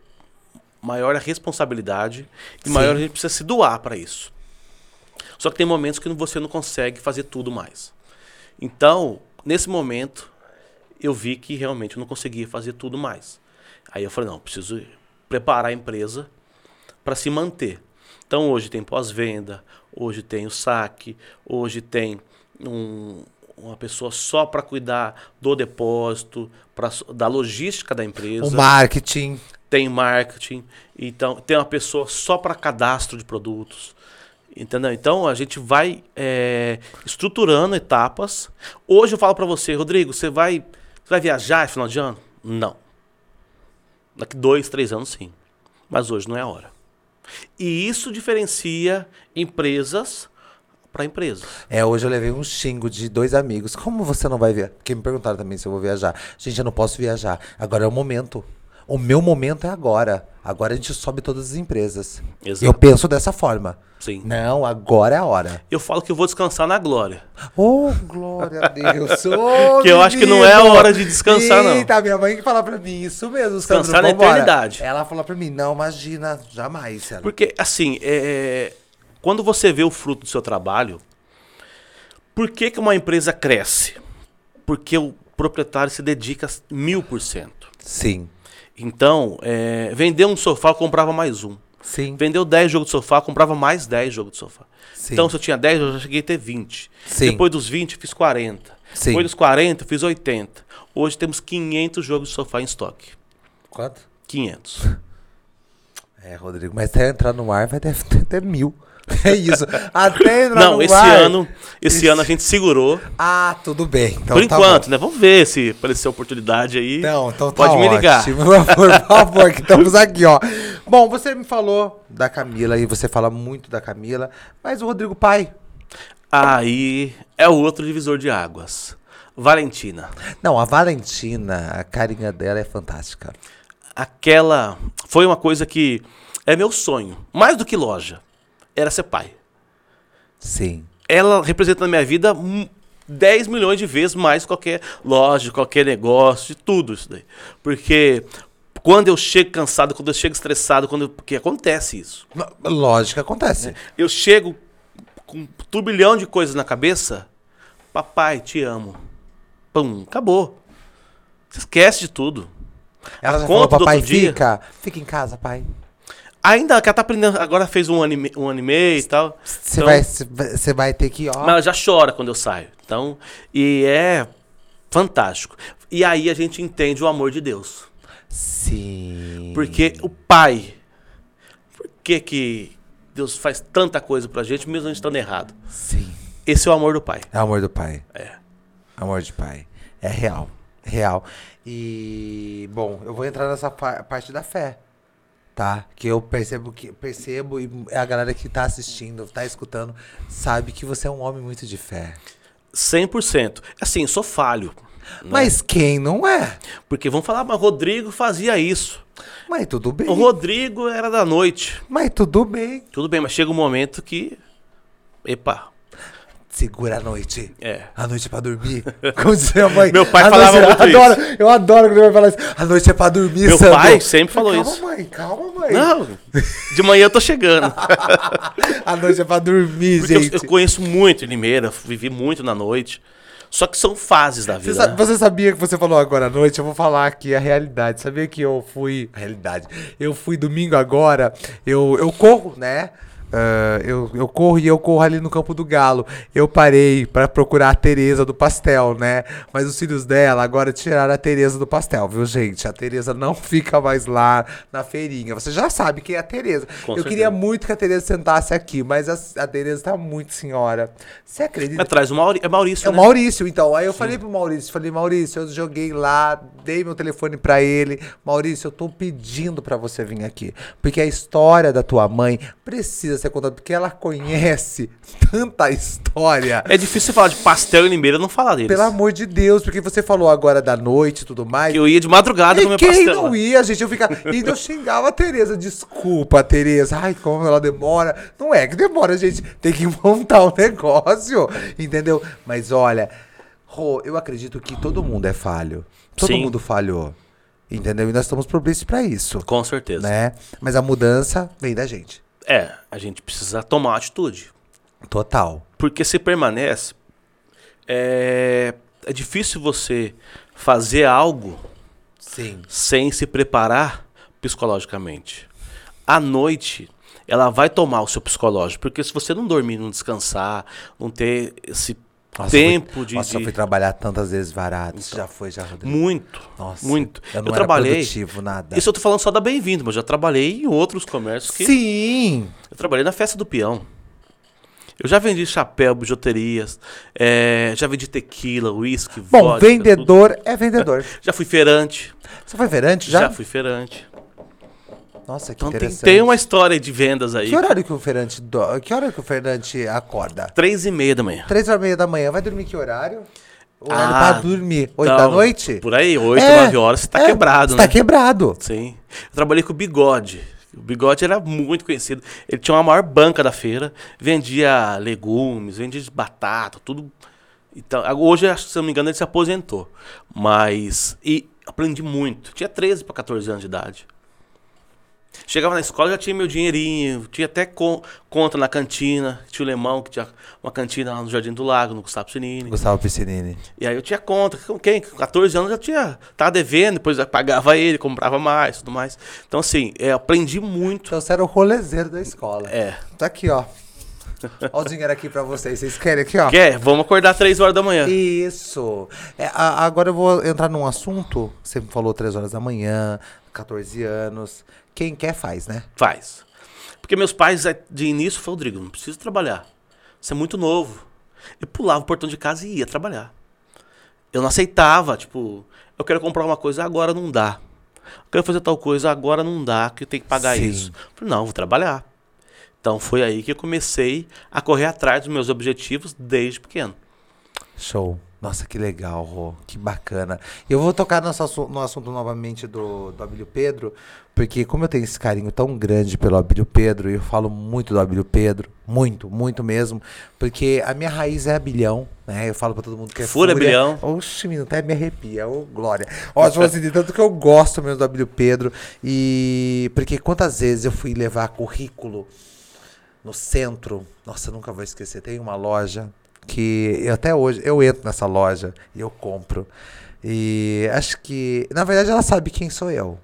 maior a responsabilidade e Sim. maior a gente precisa se doar para isso. Só que tem momentos que você não consegue fazer tudo mais. Então, nesse momento, eu vi que realmente eu não conseguia fazer tudo mais. Aí eu falei, não, preciso preparar a empresa para se manter. Então hoje tem pós-venda, hoje tem o saque, hoje tem um- uma pessoa só para cuidar do depósito, pra, so- da logística da empresa O marketing. tem marketing, então tem uma pessoa só para cadastro de produtos. Entendeu? Então a gente vai é, estruturando etapas. Hoje eu falo para você, Rodrigo, você vai, você vai viajar no final de ano? Não. Daqui dois, três anos sim. Mas hoje não é a hora. E isso diferencia empresas para empresas. É, hoje eu levei um xingo de dois amigos. Como você não vai viajar? Porque me perguntaram também se eu vou viajar. Gente, eu não posso viajar. Agora é o momento. O meu momento é agora. Agora a gente sobe todas as empresas. Exato. Eu penso dessa forma. Sim. Não, agora é a hora. Eu falo que eu vou descansar na glória. Ô, glória a Deus. Oh, Ô, Que eu acho que não é a hora de descansar, não. Eita, minha mãe que fala pra mim isso mesmo, Sandro, Descansar na vambora. eternidade. Ela fala pra mim, não, imagina, jamais. Ela. Porque, assim, é, quando você vê o fruto do seu trabalho, por que, que uma empresa cresce? Porque o proprietário se dedica mil por cento. Sim, Então, é, vendeu um sofá, eu comprava mais um. sim, Vendeu 10 jogos de sofá, eu comprava mais 10 jogos de sofá. Sim. Então, se eu tinha 10, eu já cheguei a ter 20. Sim. Depois dos 20, eu fiz 40. Sim. Depois dos 40, eu fiz 80. Hoje temos 500 jogos de sofá em estoque. Quanto? 500. É, Rodrigo, mas até entrar no ar vai deve ter, ter mil. É isso. Até entrar Não, no esse ar. ano, esse ano a gente segurou. Ah, tudo bem. Então Por tá enquanto, bom. né? Vamos ver se aparecer oportunidade aí. Então, então tá Pode me ligar. ótimo. Por favor, que estamos aqui, ó. Bom, você me falou da Camila e você fala muito da Camila, mas o Rodrigo Pai. Aí é o outro divisor de águas. Valentina. Não, a Valentina, a carinha dela é fantástica. Aquela foi uma coisa que é meu sonho. Mais do que loja, era ser pai. Sim. Ela representa na minha vida hum, 10 milhões de vezes mais qualquer loja, qualquer negócio, de tudo isso daí. Porque quando eu chego cansado, quando eu chego estressado, quando eu- porque acontece isso. L- Lógico, acontece. Eu chego com um turbilhão de coisas na cabeça. Papai, te amo. Pum, acabou. Você esquece de tudo. Ela já falou, conta do papai, outro dia- fica. Fica em casa, pai. Ainda que ela tá aprendendo, agora fez um ano e, me- um ano e meio e tal. Você Então, vai, cê vai- cê vai ter que, ó. Mas ela já chora quando eu saio. Então, e é fantástico. E aí a gente entende o amor de Deus. Sim. Porque o pai. Por que que Deus faz tanta coisa pra gente, mesmo a gente estando errado? Sim. Esse é o amor do pai. É o amor do pai. É. Amor de pai. É real. Real. E, bom, eu vou entrar nessa pa- parte da fé. Tá? Que eu percebo que percebo e a galera que tá assistindo, tá escutando, sabe que você é um homem muito de fé. 100%. Assim, eu sou falho. né? Mas quem não é? Porque vão falar, "Ah, mas Rodrigo fazia isso. Mas tudo bem. O Rodrigo era da noite. Mas tudo bem. Tudo bem, mas chega um momento que. Epa, Segura a noite. é. A noite é pra dormir. Como diz minha mãe. Meu pai a falava noite, muito eu adoro, Eu adoro quando meu pai fala isso. A noite é pra dormir, Meu Sandro. pai sempre falou calma, isso. mãe. Calma, mãe. Não, de manhã eu tô chegando. A noite é pra dormir, Porque eu, gente. eu conheço muito em Limeira, vivi muito na noite. Só que são fases da Você, vida. sa- né? você sabia que você falou agora à noite? Eu vou falar aqui a realidade. Sabia que eu fui. A realidade. Eu fui domingo agora. Eu, eu corro, né? Ah, eu, eu corro e eu corro ali no Campo do Galo. Eu parei pra procurar a Tereza do pastel, né? Mas os filhos dela agora tiraram a Tereza do pastel, viu, gente? A Tereza não fica mais lá na feirinha. Você já sabe quem é a Tereza. Com eu certeza. queria muito que a Tereza sentasse aqui, mas a, a Tereza tá muito senhora. Você acredita? Mas traz o Mauri, é Maurício, É o né? Maurício, então. Aí eu falei pro Maurício, falei, Maurício, eu joguei lá, dei meu telefone pra ele. Maurício, eu tô pedindo pra você vir aqui. Porque a história da tua mãe precisa ser contada, porque ela conhece tanta história. É difícil falar de pastel em Limeira e não falar deles. Pelo amor de Deus, porque você falou agora da noite e tudo mais. Eu ia de madrugada E comer quem pastel. não lá. ia, gente? Eu ficava. E ainda eu xingava a Tereza. Desculpa, Tereza. Ai, como ela demora. Não é que demora, gente. Tem que montar um negócio. Entendeu? Mas olha, Rô, eu acredito que todo mundo é falho. Todo Sim. mundo falhou. Entendeu? E nós estamos propícios pra isso. Com certeza. Né? Mas a mudança vem da gente. É, a gente precisa tomar atitude. Total. Porque se permanece, é, é difícil você fazer algo Sim. sem se preparar psicologicamente. À noite, ela vai tomar o seu psicológico, porque se você não dormir, não descansar, não ter esse Nossa, tempo eu fui, de, Nossa, eu de- fui trabalhar tantas vezes varado. Isso já foi, já, Rodrigo. muito, Nossa, muito. eu não era produtivo, né? nada. Isso eu tô falando só da bem-vindo, mas eu já trabalhei em outros comércios que Sim! eu trabalhei na festa do peão. Eu já vendi chapéu, bijuterias, eh, já vendi tequila, uísque, Bom, vodka, tá tudo. vendedor é vendedor. Já fui feirante. Você foi feirante já? Já, fui feirante. Nossa, que Então tem, interessante. tem uma história de vendas aí. Que horário que o feirante... do- Que horário que o feirante acorda? Três e meia da manhã. Três horas e meia da manhã. Vai dormir que horário? Horário pra Ah, dormir. Oito da Então, noite? É, Por aí, oito, nove horas, você tá quebrado, você né? tá quebrado. Sim. Eu trabalhei com o Bigode. O Bigode era muito conhecido. Ele tinha uma maior banca da feira. Vendia legumes, vendia batata, tudo. Então, a- hoje, acho que, se eu não me engano, ele se aposentou. Mas. E aprendi muito. Tinha 13 para 14 anos de idade. Chegava na escola, já tinha meu dinheirinho, tinha até con- conta na cantina. Tinha o Lemão, que tinha uma cantina lá no Jardim do Lago, no Gustavo Sinini. Gustavo Piscinini. E aí eu tinha conta, com quem? Com 14 anos eu já tinha, tava devendo, depois eu pagava ele, comprava mais, tudo mais. Então assim, é, aprendi muito. Então você era o rolezeiro da escola. É. Tá aqui, ó. Ó o dinheiro aqui pra vocês. Vocês querem aqui, ó? Quer? Vamos acordar 3 horas da manhã. Isso. É, a- agora eu vou entrar num assunto. Você me falou 3 horas da manhã, 14 anos. Quem quer faz, né? Faz. Porque meus pais é, de início falaram, Rodrigo, não precisa trabalhar. Você é muito novo. Eu pulava o portão de casa e ia trabalhar. Eu não aceitava, tipo, eu quero comprar uma coisa, agora não dá. Eu quero fazer tal coisa, agora não dá, que eu tenho que pagar Sim. isso. Eu falei, não, eu vou trabalhar. Então foi aí que eu comecei a correr atrás dos meus objetivos desde pequeno. Show. Nossa, que legal, Rô. Que bacana. Eu vou tocar nosso assu- no assunto novamente do, do Abílio Pedro, porque como eu tenho esse carinho tão grande pelo Abílio Pedro, e eu falo muito do Abílio Pedro, muito, muito mesmo, porque a minha raiz é Abilhão, né? Eu falo pra todo mundo que é Fura Abilhão. Oxi, menino, até me arrepia. Ô, glória. Ó, tipo assim, de tanto que eu gosto mesmo do Abílio Pedro, e... Porque quantas vezes eu fui levar currículo no centro. Nossa, eu nunca vou esquecer. Tem uma loja que eu até hoje eu entro nessa loja e eu compro. E acho que, na verdade, ela sabe quem sou eu.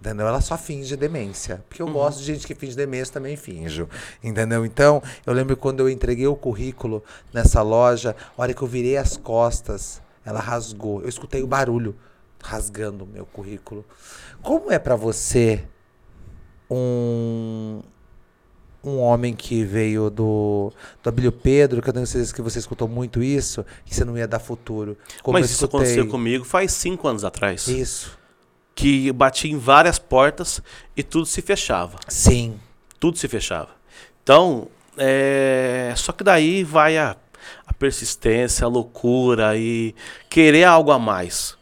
Entendeu? Ela só finge demência. Porque Uhum. eu gosto de gente que finge demência, também finjo. Entendeu? Então, eu lembro quando eu entreguei o currículo nessa loja, a hora que eu virei as costas, ela rasgou. Eu escutei o barulho rasgando o meu currículo. Como é pra você um, um homem que veio do, do Abílio Pedro, que eu tenho certeza que você escutou muito isso, que você não ia dar futuro. Como Mas eu isso escutei. aconteceu comigo faz cinco anos atrás. Isso. Que eu bati em várias portas e tudo se fechava. Sim. tudo se fechava. Então, é, só que daí vai a, a persistência, a loucura e querer algo a mais.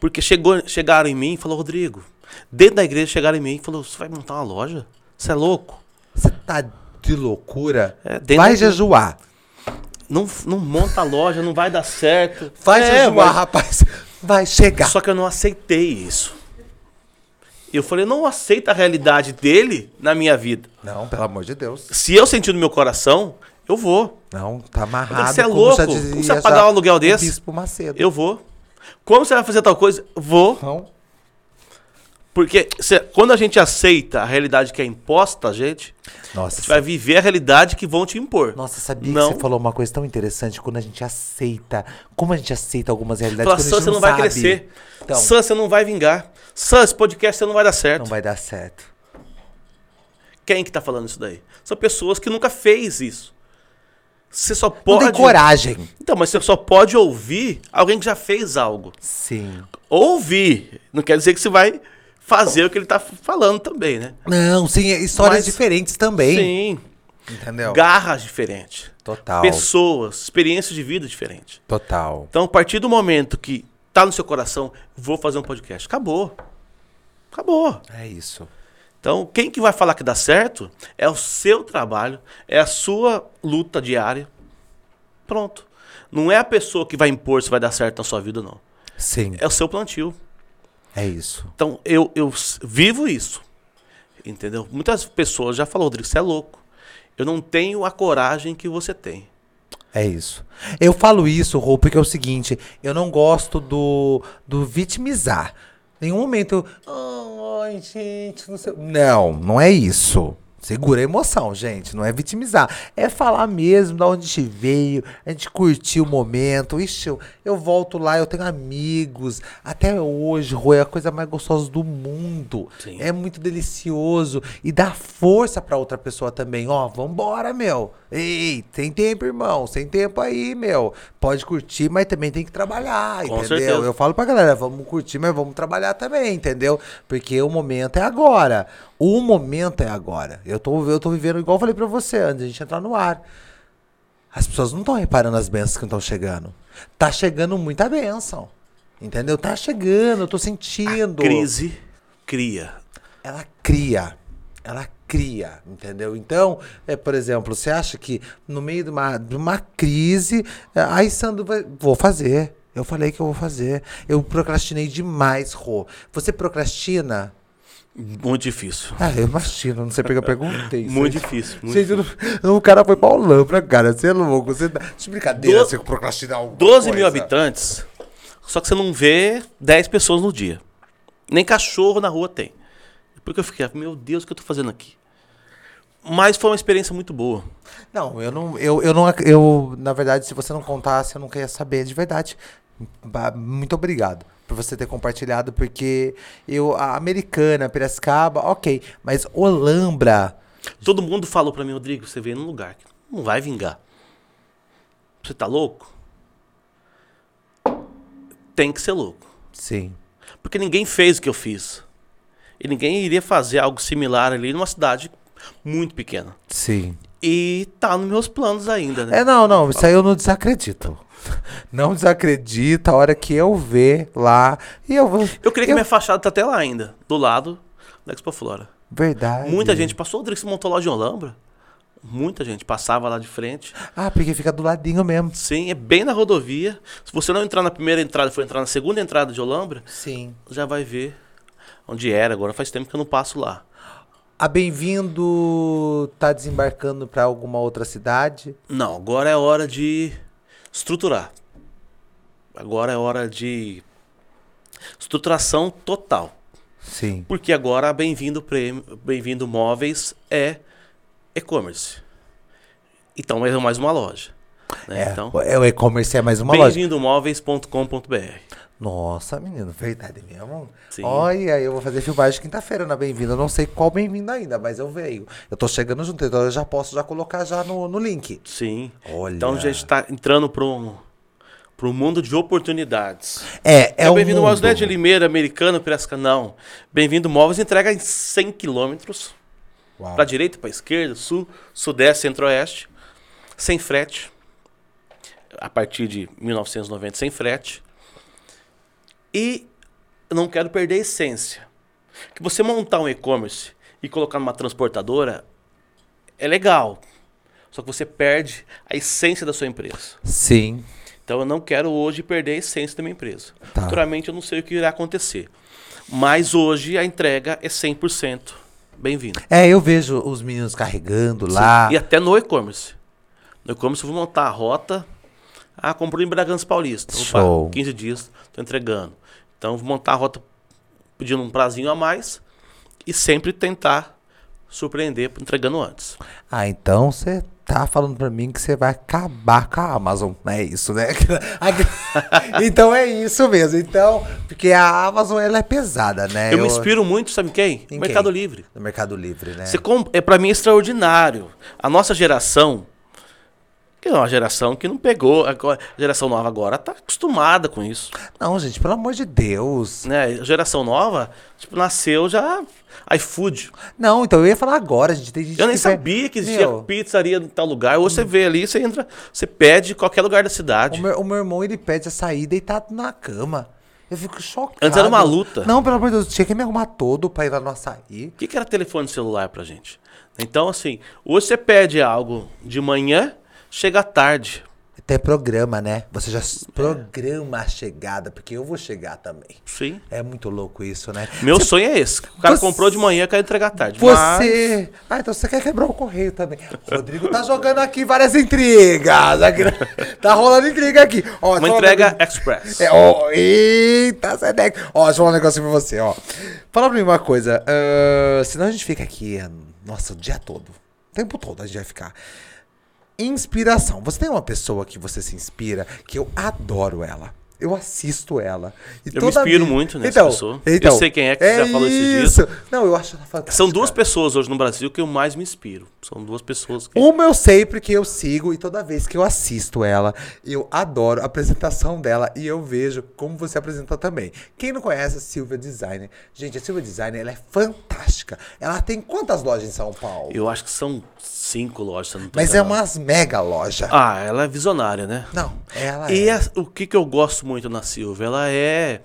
Porque chegou, chegaram em mim e falou, Rodrigo, dentro da igreja chegaram em mim e falou, você vai montar uma loja? Você é louco? Você tá de loucura? É, dentro Vai da- jejuar. Não, não monta a loja, não vai dar certo. Vai É, jejuar, mas- rapaz. Vai chegar. Só que eu não aceitei isso. Eu falei, eu não aceito a realidade dele na minha vida. Não, pelo amor de Deus. Se eu sentir no meu coração, eu vou. Não, tá amarrado. Mas você é como louco? já Como você dizia vai pagar já um aluguel o desse? Bispo Macedo. Eu vou. Como você vai fazer tal coisa? Vou. Então, Porque cê- quando a gente aceita a realidade que é imposta a gente, nossa, você vai viver a realidade que vão te impor. Nossa, sabia Não. que você falou uma coisa tão interessante quando a gente aceita. Como a gente aceita algumas realidades Fala, quando a Sam, gente você não vai sabe. crescer. Então, Sam, você não vai vingar. Sam, esse podcast você não vai dar certo. não vai dar certo. Quem que tá falando isso daí? São pessoas que nunca fez isso. Você só Não pode. tem coragem. Então, mas você só pode ouvir alguém que já fez algo. Sim. Ouvir. Não quer dizer que você vai fazer o que ele tá falando também, né? Não, sim, é histórias Mas- diferentes também. Sim. Entendeu? Garras diferentes. Total. pessoas, experiências de vida diferentes. Total. Então, a partir do momento que tá no seu coração, vou fazer um podcast. Acabou. Acabou. É isso. Então, quem que vai falar que dá certo é o seu trabalho, é a sua luta diária. Pronto. Não é a pessoa que vai impor se vai dar certo na sua vida, não. Sim. É o seu plantio. É isso. Então, eu, eu s- vivo isso. Entendeu? Muitas pessoas já falaram, Rodrigo, você é louco. Eu não tenho a coragem que você tem. É isso. Eu falo isso, Rô, porque é o seguinte, eu não gosto do, do vitimizar. Nenhum momento eu. "Ah, Ai, gente, não sei. Não, não é isso. Segura a emoção, gente. Não é vitimizar. É falar mesmo da onde a gente veio, a gente curtiu o momento. Ixi, eu, eu volto lá, eu tenho amigos. Até hoje, Rô, é a coisa mais gostosa do mundo. Sim. É muito delicioso e dá força pra outra pessoa também. Ó, vambora, meu. Ei, tem tempo, irmão. Sem tempo aí, meu. Pode curtir, mas também tem que trabalhar, Com entendeu? certeza. Eu falo pra galera, vamos curtir, mas vamos trabalhar também, entendeu? Porque o momento é agora. O momento é agora. Eu tô, eu tô vivendo igual eu falei pra você antes, a gente entrar no ar. As pessoas não estão reparando as bênçãos que estão chegando. Tá chegando muita bênção. Entendeu? Tá chegando, eu tô sentindo. Crise cria. ela cria. Ela cria, entendeu? Então, é, por exemplo, você acha que no meio de uma, de uma crise, é, aí Sandro vai, vou fazer. Eu falei que eu vou fazer. Eu procrastinei demais, Rô. Você procrastina? Muito difícil. Ah, eu imagino, não sei porque eu perguntei. isso. Muito difícil. Muito Gente, eu não- o cara foi pra Olambra, cara. Você é louco. Você tá... De brincadeira, Do- você procrastinar alguma 12 mil coisa. habitantes, só que você não vê 10 pessoas no dia. Nem cachorro na rua tem. Porque eu fiquei, ah, meu Deus, o que eu tô fazendo aqui? Mas foi uma experiência muito boa. Não, eu não, eu, eu não, ac- eu, na verdade, se você não contasse, eu não queria saber de verdade. Ba- Muito obrigado por você ter compartilhado, porque eu, a Americana, Piracicaba, ok, mas Olambra, Todo mundo falou pra mim, Rodrigo, você veio num lugar que não vai vingar. Você tá louco? Tem que ser louco. sim, Porque ninguém fez o que eu fiz. E ninguém iria fazer algo similar ali numa cidade muito pequena. sim. E tá nos meus planos ainda, né? É, não, não, isso aí eu não desacredito. Não desacredito a hora que eu ver lá e eu vou... Eu creio que minha fachada tá até lá ainda, do lado da Expo Flora. Verdade. Muita gente passou, o Rodrigo se montou lá de Olambra. Muita gente passava lá de frente. Ah, porque fica do ladinho mesmo. Sim, é bem na rodovia. Se você não entrar na primeira entrada, for entrar na segunda entrada de Olambra, Sim. já vai ver onde era. Agora faz tempo que eu não passo lá. A Bem-vindo tá desembarcando pra alguma outra cidade? Não, agora é hora de estruturar. Agora é hora de estruturação total. Sim. Porque agora a Bem-vindo Prêmio- Bem-vindo Móveis é e-commerce. Então é mais uma loja. né? É, então, é, o e-commerce é mais uma loja. bemvindomóveis.com.br. Nossa, menino, verdade mesmo? Sim. Olha, eu vou fazer filmagem quinta-feira na Bem-vinda. Eu não sei qual Bem-vinda ainda, mas eu veio. Eu tô chegando junto, então eu já posso já colocar já no, no link. Sim. Olha. Então a gente está entrando para um, para um mundo de oportunidades. É, é, Então, um Bem-vindo Móveis não é de mundo. Limeira, Americano, Piracicaba, não. Bem-vindo Móveis entrega em 100 quilômetros. Uau. Pra direita, pra esquerda, sul, sudeste, centro-oeste, sem frete. A partir de 1990, sem frete. E eu não quero perder a essência. Que você montar um e-commerce e colocar numa transportadora é legal. Só que você perde a essência da sua empresa. Sim. Então eu não quero hoje perder a essência da minha empresa. Tá. Futuramente eu não sei o que irá acontecer. Mas hoje a entrega é 100% bem-vinda. É, eu vejo os meninos carregando lá. E até no e-commerce. No e-commerce eu vou montar a rota. Ah, comprou em Bragança Paulista. Opa, Show. 15 dias, tô entregando. Então vou montar a rota pedindo um prazinho a mais e sempre tentar surpreender entregando antes. Ah, então você tá falando pra mim que você vai acabar com a Amazon. É isso, né? então é isso mesmo. Então, porque a Amazon ela é pesada, né? eu, me inspiro muito, sabe em quem? Em Mercado quem? Livre. No Mercado Livre, né? Você com- é para mim é extraordinário. A nossa geração, que é uma geração que não pegou, agora- a geração nova agora está acostumada com isso. Não, gente, pelo amor de Deus. Né? A geração nova, tipo, nasceu já iFood. Não, então eu ia falar agora, gente. Tem gente Eu nem que vai- sabia que existia Meu, pizzaria em tal lugar. Hoje você vê ali, você entra, você pede em qualquer lugar da O cidade. meu, o meu irmão, ele pede a sair deitado na cama. Eu fico chocado. Antes era uma luta. Não, pelo amor de Deus, tinha que me arrumar todo pra ir lá no açaí. O que, que era telefone celular pra gente? Então, assim, hoje você pede algo de manhã, chega à tarde. Até programa, né? Você já É. programa a chegada, porque eu vou chegar também. Sim. É muito louco isso, né? Meu sonho é esse. O cara Você- comprou de manhã, quer entregar à tarde. Você. Ah, então você quer quebrar o correio também. O Rodrigo tá jogando aqui várias intrigas. aqui. Tá rolando intriga aqui. Ó, deixa eu Mas uma falar entrega pra mim- express. É, ó, eita, Sedex. Ó, deixa eu falar um negócio pra você, ó. Fala pra mim uma coisa. ahn, senão a gente fica aqui, nossa, o dia todo. O tempo todo a gente vai ficar. Inspiração. Você tem uma pessoa que você se inspira, que eu adoro ela. Eu assisto ela. E Eu me toda inspiro vez- muito nessa então, pessoa. Eu Então, sei quem é que já falou esses dias. isso. Não, eu acho ela fantástica. São duas pessoas hoje no Brasil que eu mais me inspiro. São duas pessoas que. Uma eu sei porque eu sigo e toda vez que eu assisto ela, eu adoro a apresentação dela e eu vejo como você apresenta também. Quem não conhece a Silvia Design? Gente, a Silvia Design ela é fantástica. Ela tem quantas lojas em São Paulo? Eu acho que são cinco lojas. se eu não tô Mas é enganado. umas mega loja. Ah, ela é visionária, né? Não, ela E é. a- o que, que eu gosto muito na Silvia? Ela é.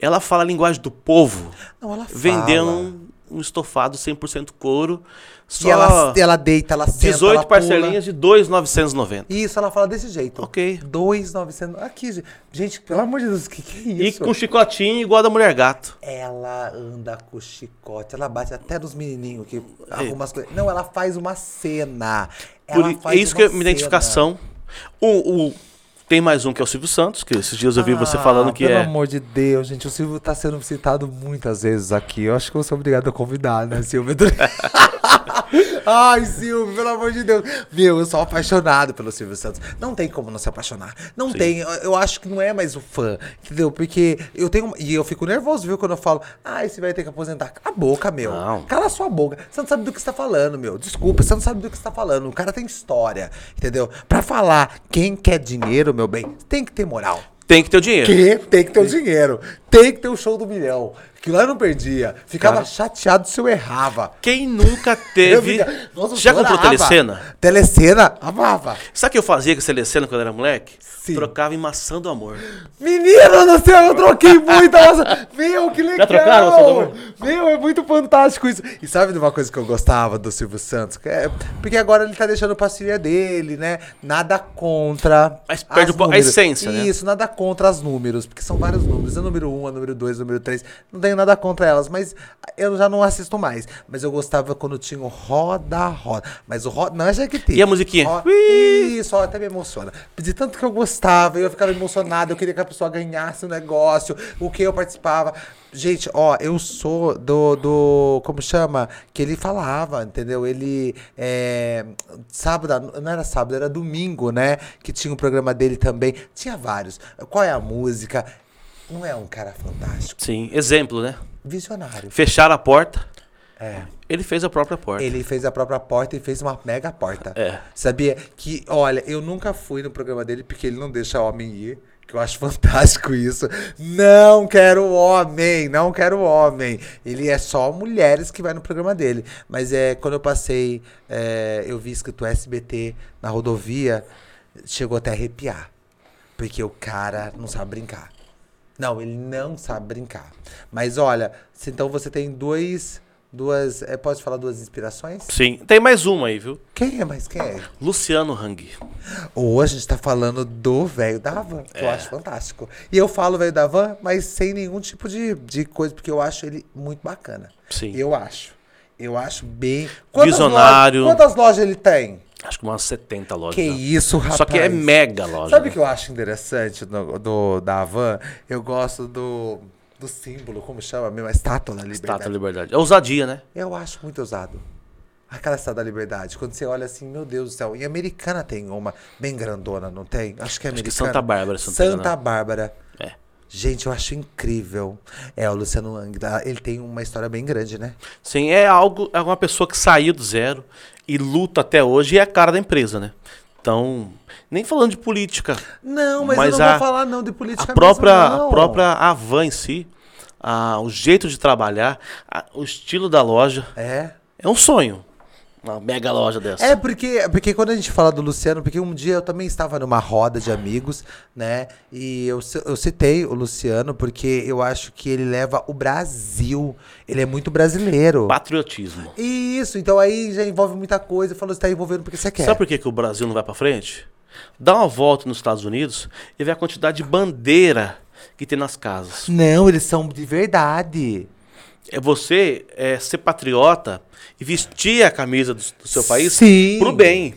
Ela fala a linguagem do povo. Não, ela fala. Vendeu um, um estofado 100% couro. Só E ela, ela deita, ela senta, 18 ela pula. parcelinhas de 2,990. Isso, ela fala desse jeito. Ok. 2,900. Aqui, gente. gente, pelo amor de Deus, o que, que é E isso? com chicotinho igual a da mulher gato. Ela anda com chicote, ela bate até nos menininhos É. que arruma as coisas. Não, ela faz uma cena. Por Ela i- é faz isso uma que é minha cena. identificação. O, o- tem mais um que é o Silvio Santos, que esses dias eu vi você Ah, falando que pelo é. amor de Deus, gente, o Silvio tá sendo citado muitas vezes aqui. Eu acho que eu sou obrigado a convidar, né, Silvio? Ai, Silvio, pelo amor de Deus. Meu, eu sou apaixonado pelo Silvio Santos. Não tem como não se apaixonar. Não tem. Eu, eu acho que não é mais o fã, entendeu? Porque eu tenho. E eu fico nervoso, viu, quando eu falo, ah, esse vai ter que aposentar. Cala a boca, meu. Não. Cala a sua boca. Você não sabe do que você tá falando, meu. Desculpa, você não sabe do que você tá falando. O cara tem história, entendeu? Pra falar quem quer dinheiro, meu bem, tem que ter moral. Tem que ter o dinheiro. Que tem que ter o dinheiro. Tem que ter o show do milhão. Que lá eu não perdia. Ficava Cara. chateado se eu errava. Quem nunca Eu teve. fica- Nossa, eu Já comprou chorava. telecena? Telecena, amava. Sabe o que eu fazia com telecena quando eu era moleque? Sim. Trocava em maçã do amor. Menino do céu, eu troquei muito. Nossa, meu, que legal. trocaram, você também? Meu, é muito fantástico isso. E sabe de uma coisa que eu gostava do Silvio Santos? Que é- porque agora ele tá deixando parceria dele, né? Nada contra. Mas perde as um pouco a números. essência, né? Isso, nada contra os números, porque são vários números. É número 1, é número 2, é número 3. Não tenho nada contra elas, mas eu já não assisto mais. Mas eu gostava quando tinha o Roda Roda. Mas o Roda. Não é Jequiti. E a musiquinha? Ro- Isso, ó, até me emociona. De tanto que eu gostava, eu ficava emocionado, eu queria que a pessoa ganhasse o negócio, o que eu participava. Gente, ó, eu sou do. do como chama? Que ele falava, entendeu? Ele. É, sábado, à no- não era sábado, era domingo, né? Que tinha o programa dele também. Tinha vários. Qual é a música? Não é um cara fantástico. Sim, exemplo, né? Visionário. Fecharam a porta. É. Ele fez a própria porta. Ele fez a própria porta e fez uma mega porta. É. Sabia? Que, olha, eu nunca fui no programa dele porque ele não deixa homem ir. Que eu acho fantástico isso. Não quero homem, não quero homem. Ele é só mulheres que vai no programa dele. Mas é quando eu passei, é, eu vi escrito SBT na rodovia, chegou até a arrepiar. Porque o cara não sabe brincar. Não, ele não sabe brincar. Mas olha, se então você tem dois. Duas. É, pode falar duas inspirações? Sim. Tem mais uma aí, viu? Quem é mais quem é? Luciano Hang. Hoje a gente tá falando do velho da van, que eu É. acho fantástico. E eu falo velho da van, mas sem nenhum tipo de, de coisa, porque eu acho ele muito bacana. Sim. Eu acho. Eu acho bem. Visionário. Lojas, quantas lojas ele tem? Acho que umas 70 lojas. Que já. isso, rapaz. Só que é mega loja. Sabe o né? que eu acho interessante no- do, da Havan? Eu gosto do, do símbolo, como chama mesmo? A estátua da liberdade. Estátua da Liberdade. É ousadia, né? Eu acho muito ousado. Aquela estátua da liberdade. Quando você olha assim, meu Deus do céu. E americana tem uma bem grandona, não tem? Acho que é que americana. Santa Bárbara, se não tô Santa enganado. Bárbara. É. Gente, eu acho incrível. É, o Luciano Lang, dá- ele tem uma história bem grande, né? Sim, é algo, é uma pessoa que saiu do zero e luta até hoje e é a cara da empresa, né? Então, nem falando de política, Não, mas, Mas eu não vou a- falar não de política a mesmo, própria, não. a própria Avan em si, a- o jeito de trabalhar, a- o estilo da loja, É. é um sonho. Uma mega loja dessa. É, porque, porque quando a gente fala do Luciano, porque um dia eu também estava numa roda de amigos, né? E eu, ci- eu citei o Luciano porque eu acho que ele leva o Brasil. Ele é muito brasileiro. Patriotismo. Isso, então aí já envolve muita coisa. Falou, você tá envolvendo porque você quer. Sabe por que, que o Brasil não vai pra frente? Dá uma volta nos Estados Unidos e vê a quantidade de bandeira que tem nas casas. Não, eles são de verdade. É você é, ser patriota e vestir a camisa do, do seu país Sim. pro bem.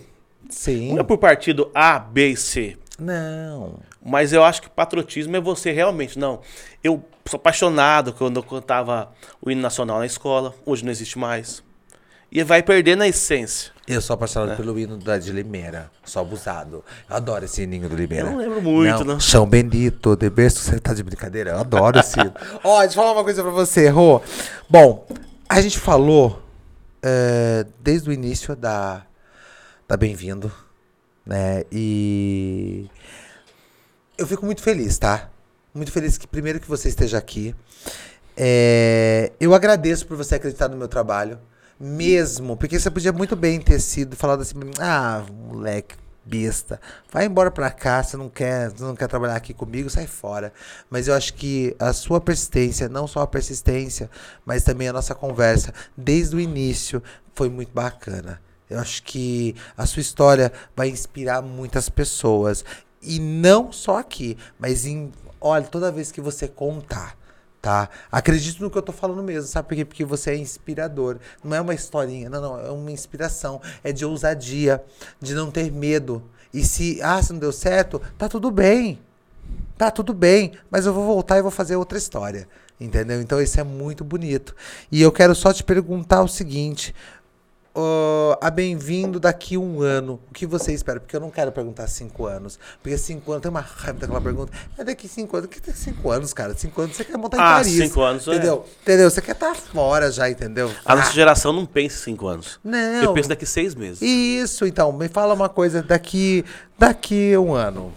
Sim. Não é por partido A, B e C. Não. Mas eu acho que patriotismo é você realmente. Não, eu sou apaixonado quando eu cantava o hino nacional na escola, hoje não existe mais. E vai perdendo a essência. Eu sou É. apaixonado pelo hino da de Limeira. Sou abusado. Eu adoro esse hino do Limeira. Eu não lembro muito, né? não. Chão Benito, de berço, você tá de brincadeira. Eu adoro esse hino. Ó, deixa eu falar uma coisa pra você, Rô. Bom, a gente falou é, desde o início da, da Bem-vindo, né? E eu fico muito feliz, tá? Muito feliz que primeiro que você esteja aqui. É, eu agradeço por você acreditar no meu trabalho. Mesmo, porque você podia muito bem ter sido falado assim, pra mim, ah, moleque, besta, vai embora pra cá, você não quer, você não quer trabalhar aqui comigo, sai fora. Mas eu acho que a sua persistência, não só a persistência, mas também a nossa conversa, desde o início, foi muito bacana. Eu acho que a sua história vai inspirar muitas pessoas. E não só aqui, mas em. Olha, toda vez que você contar, tá? Acredito no que eu tô falando mesmo, sabe por quê? Porque você é inspirador. Não é uma historinha, não, não. É uma inspiração. É de ousadia, de não ter medo. E se, ah, se não deu certo, tá tudo bem. Tá tudo bem, mas eu vou voltar e vou fazer outra história. Entendeu? Então isso é muito bonito. E eu quero só te perguntar o seguinte: Ô, a bem-vindo daqui um ano. O que você espera? Porque eu não quero perguntar cinco anos. Porque cinco anos, tem uma raiva daquela pergunta. É daqui cinco anos. O que tem cinco anos, cara? Cinco anos você quer montar em Ah, Paris. cinco anos, é. Entendeu? Entendeu? Você quer estar fora já, entendeu? Ah, A nossa geração não pensa em cinco anos. Não. Eu penso daqui seis meses. Isso, então. Me fala uma coisa daqui, daqui um ano.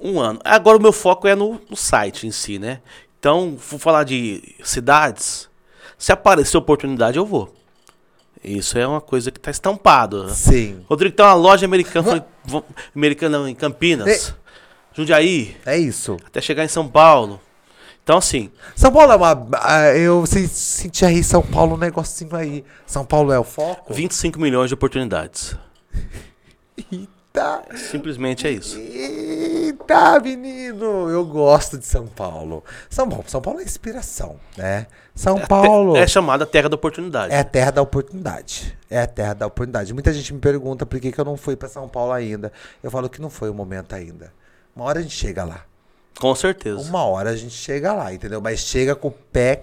Um ano. Agora o meu foco é no, no site em si, né? Então, vou falar de cidades. Se aparecer oportunidade, eu vou. Isso é uma coisa que tá estampado. né? Sim. Rodrigo, tem uma loja americana, falei, "Vamos- americana não, em Campinas, Jundiaí, É isso. até chegar em São Paulo. Então, assim, São Paulo é uma. ah, Eu se- senti aí São Paulo um negocinho aí. São Paulo é o foco? 25 milhões de oportunidades. Eita! Simplesmente é isso. Eita, menino! Eu gosto de São Paulo. São Paulo, São Paulo é inspiração, né? São Paulo Te- É é, chamada terra da oportunidade. a terra da oportunidade. É a terra da oportunidade. Muita gente me pergunta por que, que eu não fui pra São Paulo ainda. Eu falo que não foi o momento ainda. Uma hora a gente chega lá. Com certeza. Uma hora a gente chega lá, entendeu? Mas chega com o pé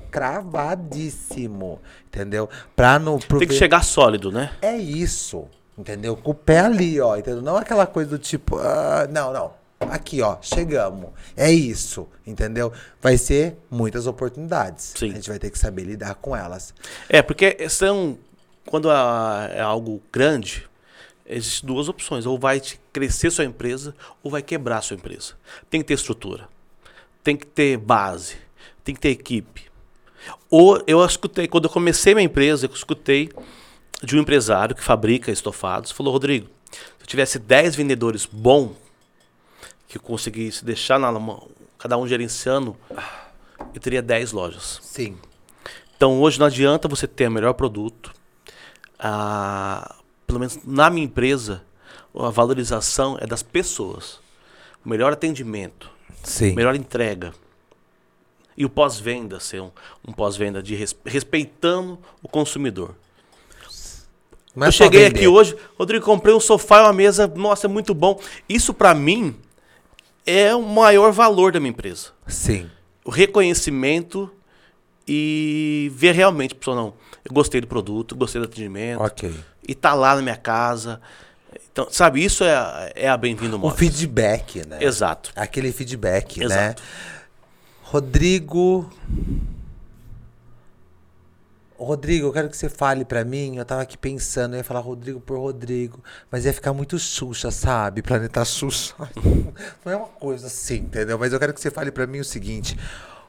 cravadíssimo, entendeu? Pra no pro Tem que ver- chegar sólido, né? é isso, entendeu? Com o pé ali, ó, entendeu? Não aquela coisa do tipo, ah, não, não. Aqui, ó, chegamos. É isso, entendeu? Vai ser muitas oportunidades. Sim. A gente vai ter que saber lidar com elas. É, porque são. Quando a- é algo grande, existem duas opções. Ou vai te crescer sua empresa, ou vai quebrar sua empresa. Tem que ter estrutura. Tem que ter base. Tem que ter equipe. Ou eu escutei, quando eu comecei minha empresa, eu escutei de um empresário que fabrica estofados, falou, Rodrigo, se eu tivesse 10 vendedores bom que eu conseguisse deixar na mão, cada um gerenciando, eu teria 10 lojas. Sim. Então hoje não adianta você ter o melhor produto. Ah, pelo menos na minha empresa, a valorização é das pessoas. O melhor atendimento, Sim. melhor entrega. E o pós-venda ser um, um pós-venda de res- respeitando o consumidor. Não é Eu só cheguei vender. aqui hoje, Rodrigo, comprei um sofá e uma mesa, nossa, é muito bom. Isso pra mim é o maior valor da minha empresa Sim. o reconhecimento e ver realmente, pessoal, não, eu gostei do produto, gostei do atendimento, Ok. e tá lá na minha casa. Então, sabe, isso é, a- é a Bem-vindo O Móveis. feedback, né? Exato. Aquele feedback, Exato. né? Rodrigo. Rodrigo, eu quero que você fale pra mim. Eu tava aqui pensando, eu ia falar Rodrigo por Rodrigo, mas ia ficar muito Xuxa, sabe? Planeta Xuxa. Não é uma coisa assim, entendeu? Mas eu quero que você fale pra mim o seguinte: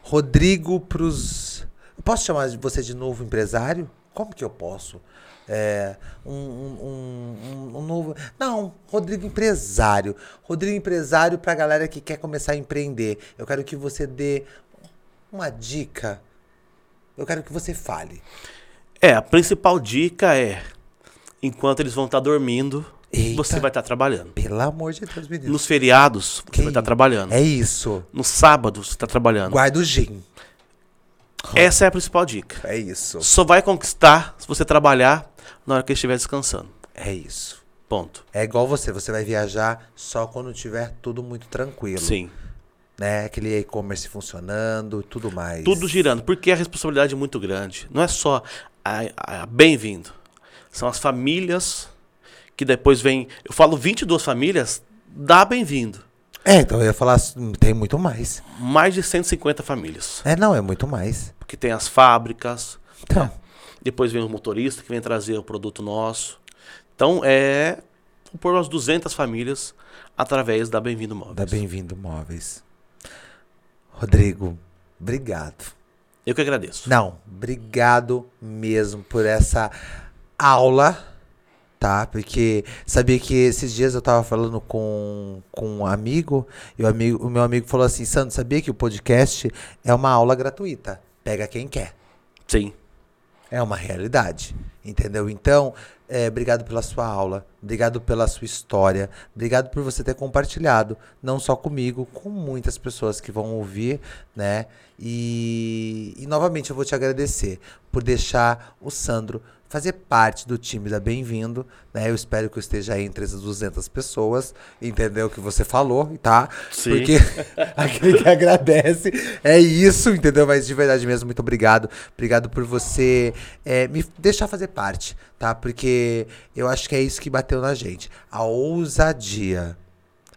Rodrigo pros. Eu Posso chamar de- você de novo empresário? Como que eu posso? É, um, um- um- um- um novo. Não, Rodrigo empresário. Rodrigo empresário pra galera que quer começar a empreender. Eu quero que você dê uma dica. Eu quero que você fale. É, a principal dica é, enquanto eles vão estar dormindo, Eita. você vai estar trabalhando. Pelo amor de Deus, menino. Nos feriados, você Que vai estar isso? trabalhando. É isso. No sábado, você está trabalhando. Guarda o gin. Essa é a principal dica. É isso. Só vai conquistar se você trabalhar na hora que estiver descansando. É isso. Ponto. É igual você, você vai viajar só quando tiver tudo muito tranquilo. Sim. Né? Aquele e-commerce funcionando e tudo mais. Tudo girando, porque a responsabilidade é muito grande. Não é só a, a bem-vindo. São as famílias que depois vem. Eu falo 22 famílias, dá bem-vindo. É, então eu ia falar, hum, tem muito mais. Mais de 150 famílias. É, não, é muito mais. Porque tem as fábricas, Então, depois vem o motorista que vem trazer o produto nosso. Então é por umas 200 famílias através da Bem-vindo Móveis. dá bem-vindo, móveis. Rodrigo, obrigado. Eu que agradeço. Não, obrigado mesmo por essa aula, tá? Porque sabia que esses dias eu tava falando com, com um amigo e o, amigo, o meu amigo falou assim: Sandro, sabia que o podcast é uma aula gratuita? Pega quem quer. Sim. É uma realidade, entendeu? Então, é, obrigado pela sua aula, obrigado pela sua história, obrigado por você ter compartilhado, não só comigo, com muitas pessoas que vão ouvir, né? E, e novamente eu vou te agradecer por deixar o Sandro fazer parte do time da Bem-vindo, né? Eu espero que eu esteja aí entre essas 200 pessoas, entendeu o que você falou, tá? Sim. Porque aquele que agradece é isso, entendeu? Mas de verdade mesmo, muito obrigado. Obrigado por você é, me deixar fazer parte, tá? Porque eu acho que é isso que bateu na gente. A ousadia.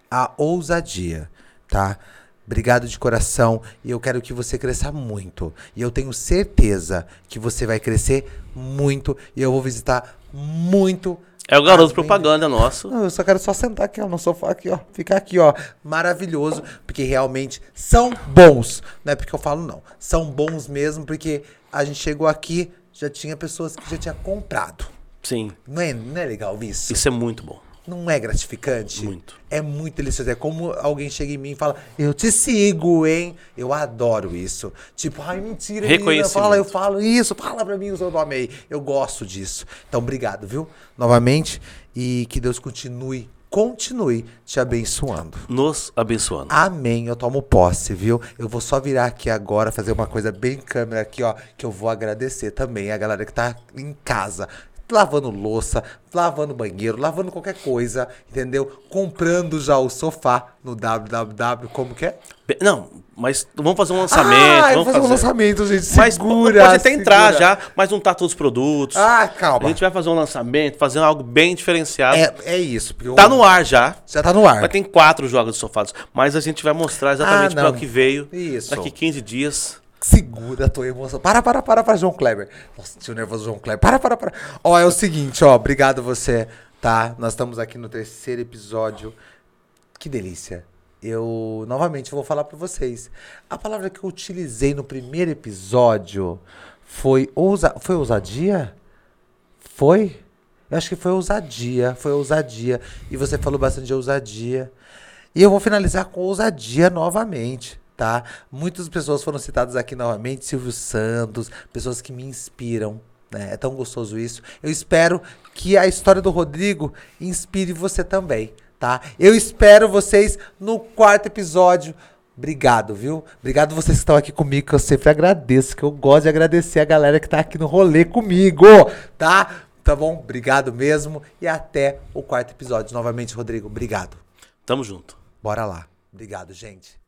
A ousadia, tá? Obrigado de coração e eu quero que você cresça muito. E eu tenho certeza que você vai crescer muito e eu vou visitar muito É o garoto Ah, propaganda nosso. não, eu só quero só sentar aqui, ó, no sofá aqui, ó. Ficar aqui, ó. Maravilhoso, porque realmente são bons. Não é porque eu falo, não. São bons mesmo, porque a gente chegou aqui, já tinha pessoas que já tinha comprado. Sim. Não é, não é legal isso? Isso é muito bom. Não é gratificante? Muito. É muito delicioso. É como alguém chega em mim e fala, eu te sigo, hein? Eu adoro isso. Tipo, ai, mentira, menina, Reconhecimento. fala, eu falo isso, fala pra mim o seu nome aí. Eu gosto disso. Então, obrigado, viu? Novamente, e que Deus continue, continue te abençoando. Nos abençoando. Amém, eu tomo posse, viu? Eu vou só virar aqui agora, fazer uma coisa bem câmera aqui, ó, que eu vou agradecer também a galera que tá em casa, lavando louça, lavando banheiro, lavando qualquer coisa, entendeu? Comprando já o sofá no www, como que é? Be- Não, mas vamos fazer um lançamento. ah, eu vou vamos fazer, um fazer. lançamento, gente, Mas segura. pode até entrar segura. já, mas não tá todos os produtos. Ah, a calma. gente vai fazer um lançamento, fazer algo bem diferenciado. É, é isso. porque Tá eu- no ar já. Já tá no ar. Já tem quatro jogos de sofados, mas a gente vai mostrar exatamente Ah, para não. o que veio Isso. daqui 15 dias. Segura a tua emoção. Para, para, para, para, João Kleber. Nossa, tio nervoso, João Kleber. Para, para, para. Ó, é o seguinte, ó. Obrigado você, tá? Nós estamos aqui no terceiro episódio. Que delícia. Eu, novamente, vou falar pra vocês. A palavra que eu utilizei no primeiro episódio foi, ousa... foi ousadia? Foi? Eu acho que foi ousadia, foi ousadia. E você falou bastante de ousadia. E eu vou finalizar com ousadia novamente, tá? Muitas pessoas foram citadas aqui novamente, Silvio Santos, pessoas que me inspiram. Né? É tão gostoso isso. Eu espero que a história do Rodrigo inspire você também, tá? Eu espero vocês no quarto episódio. Obrigado, viu? Obrigado vocês que estão aqui comigo, que eu sempre agradeço, que eu gosto de agradecer a galera que tá aqui no rolê comigo, tá? Tá bom? Obrigado mesmo e até o quarto episódio. Novamente, Rodrigo, obrigado. Tamo junto. Bora lá. Obrigado, gente.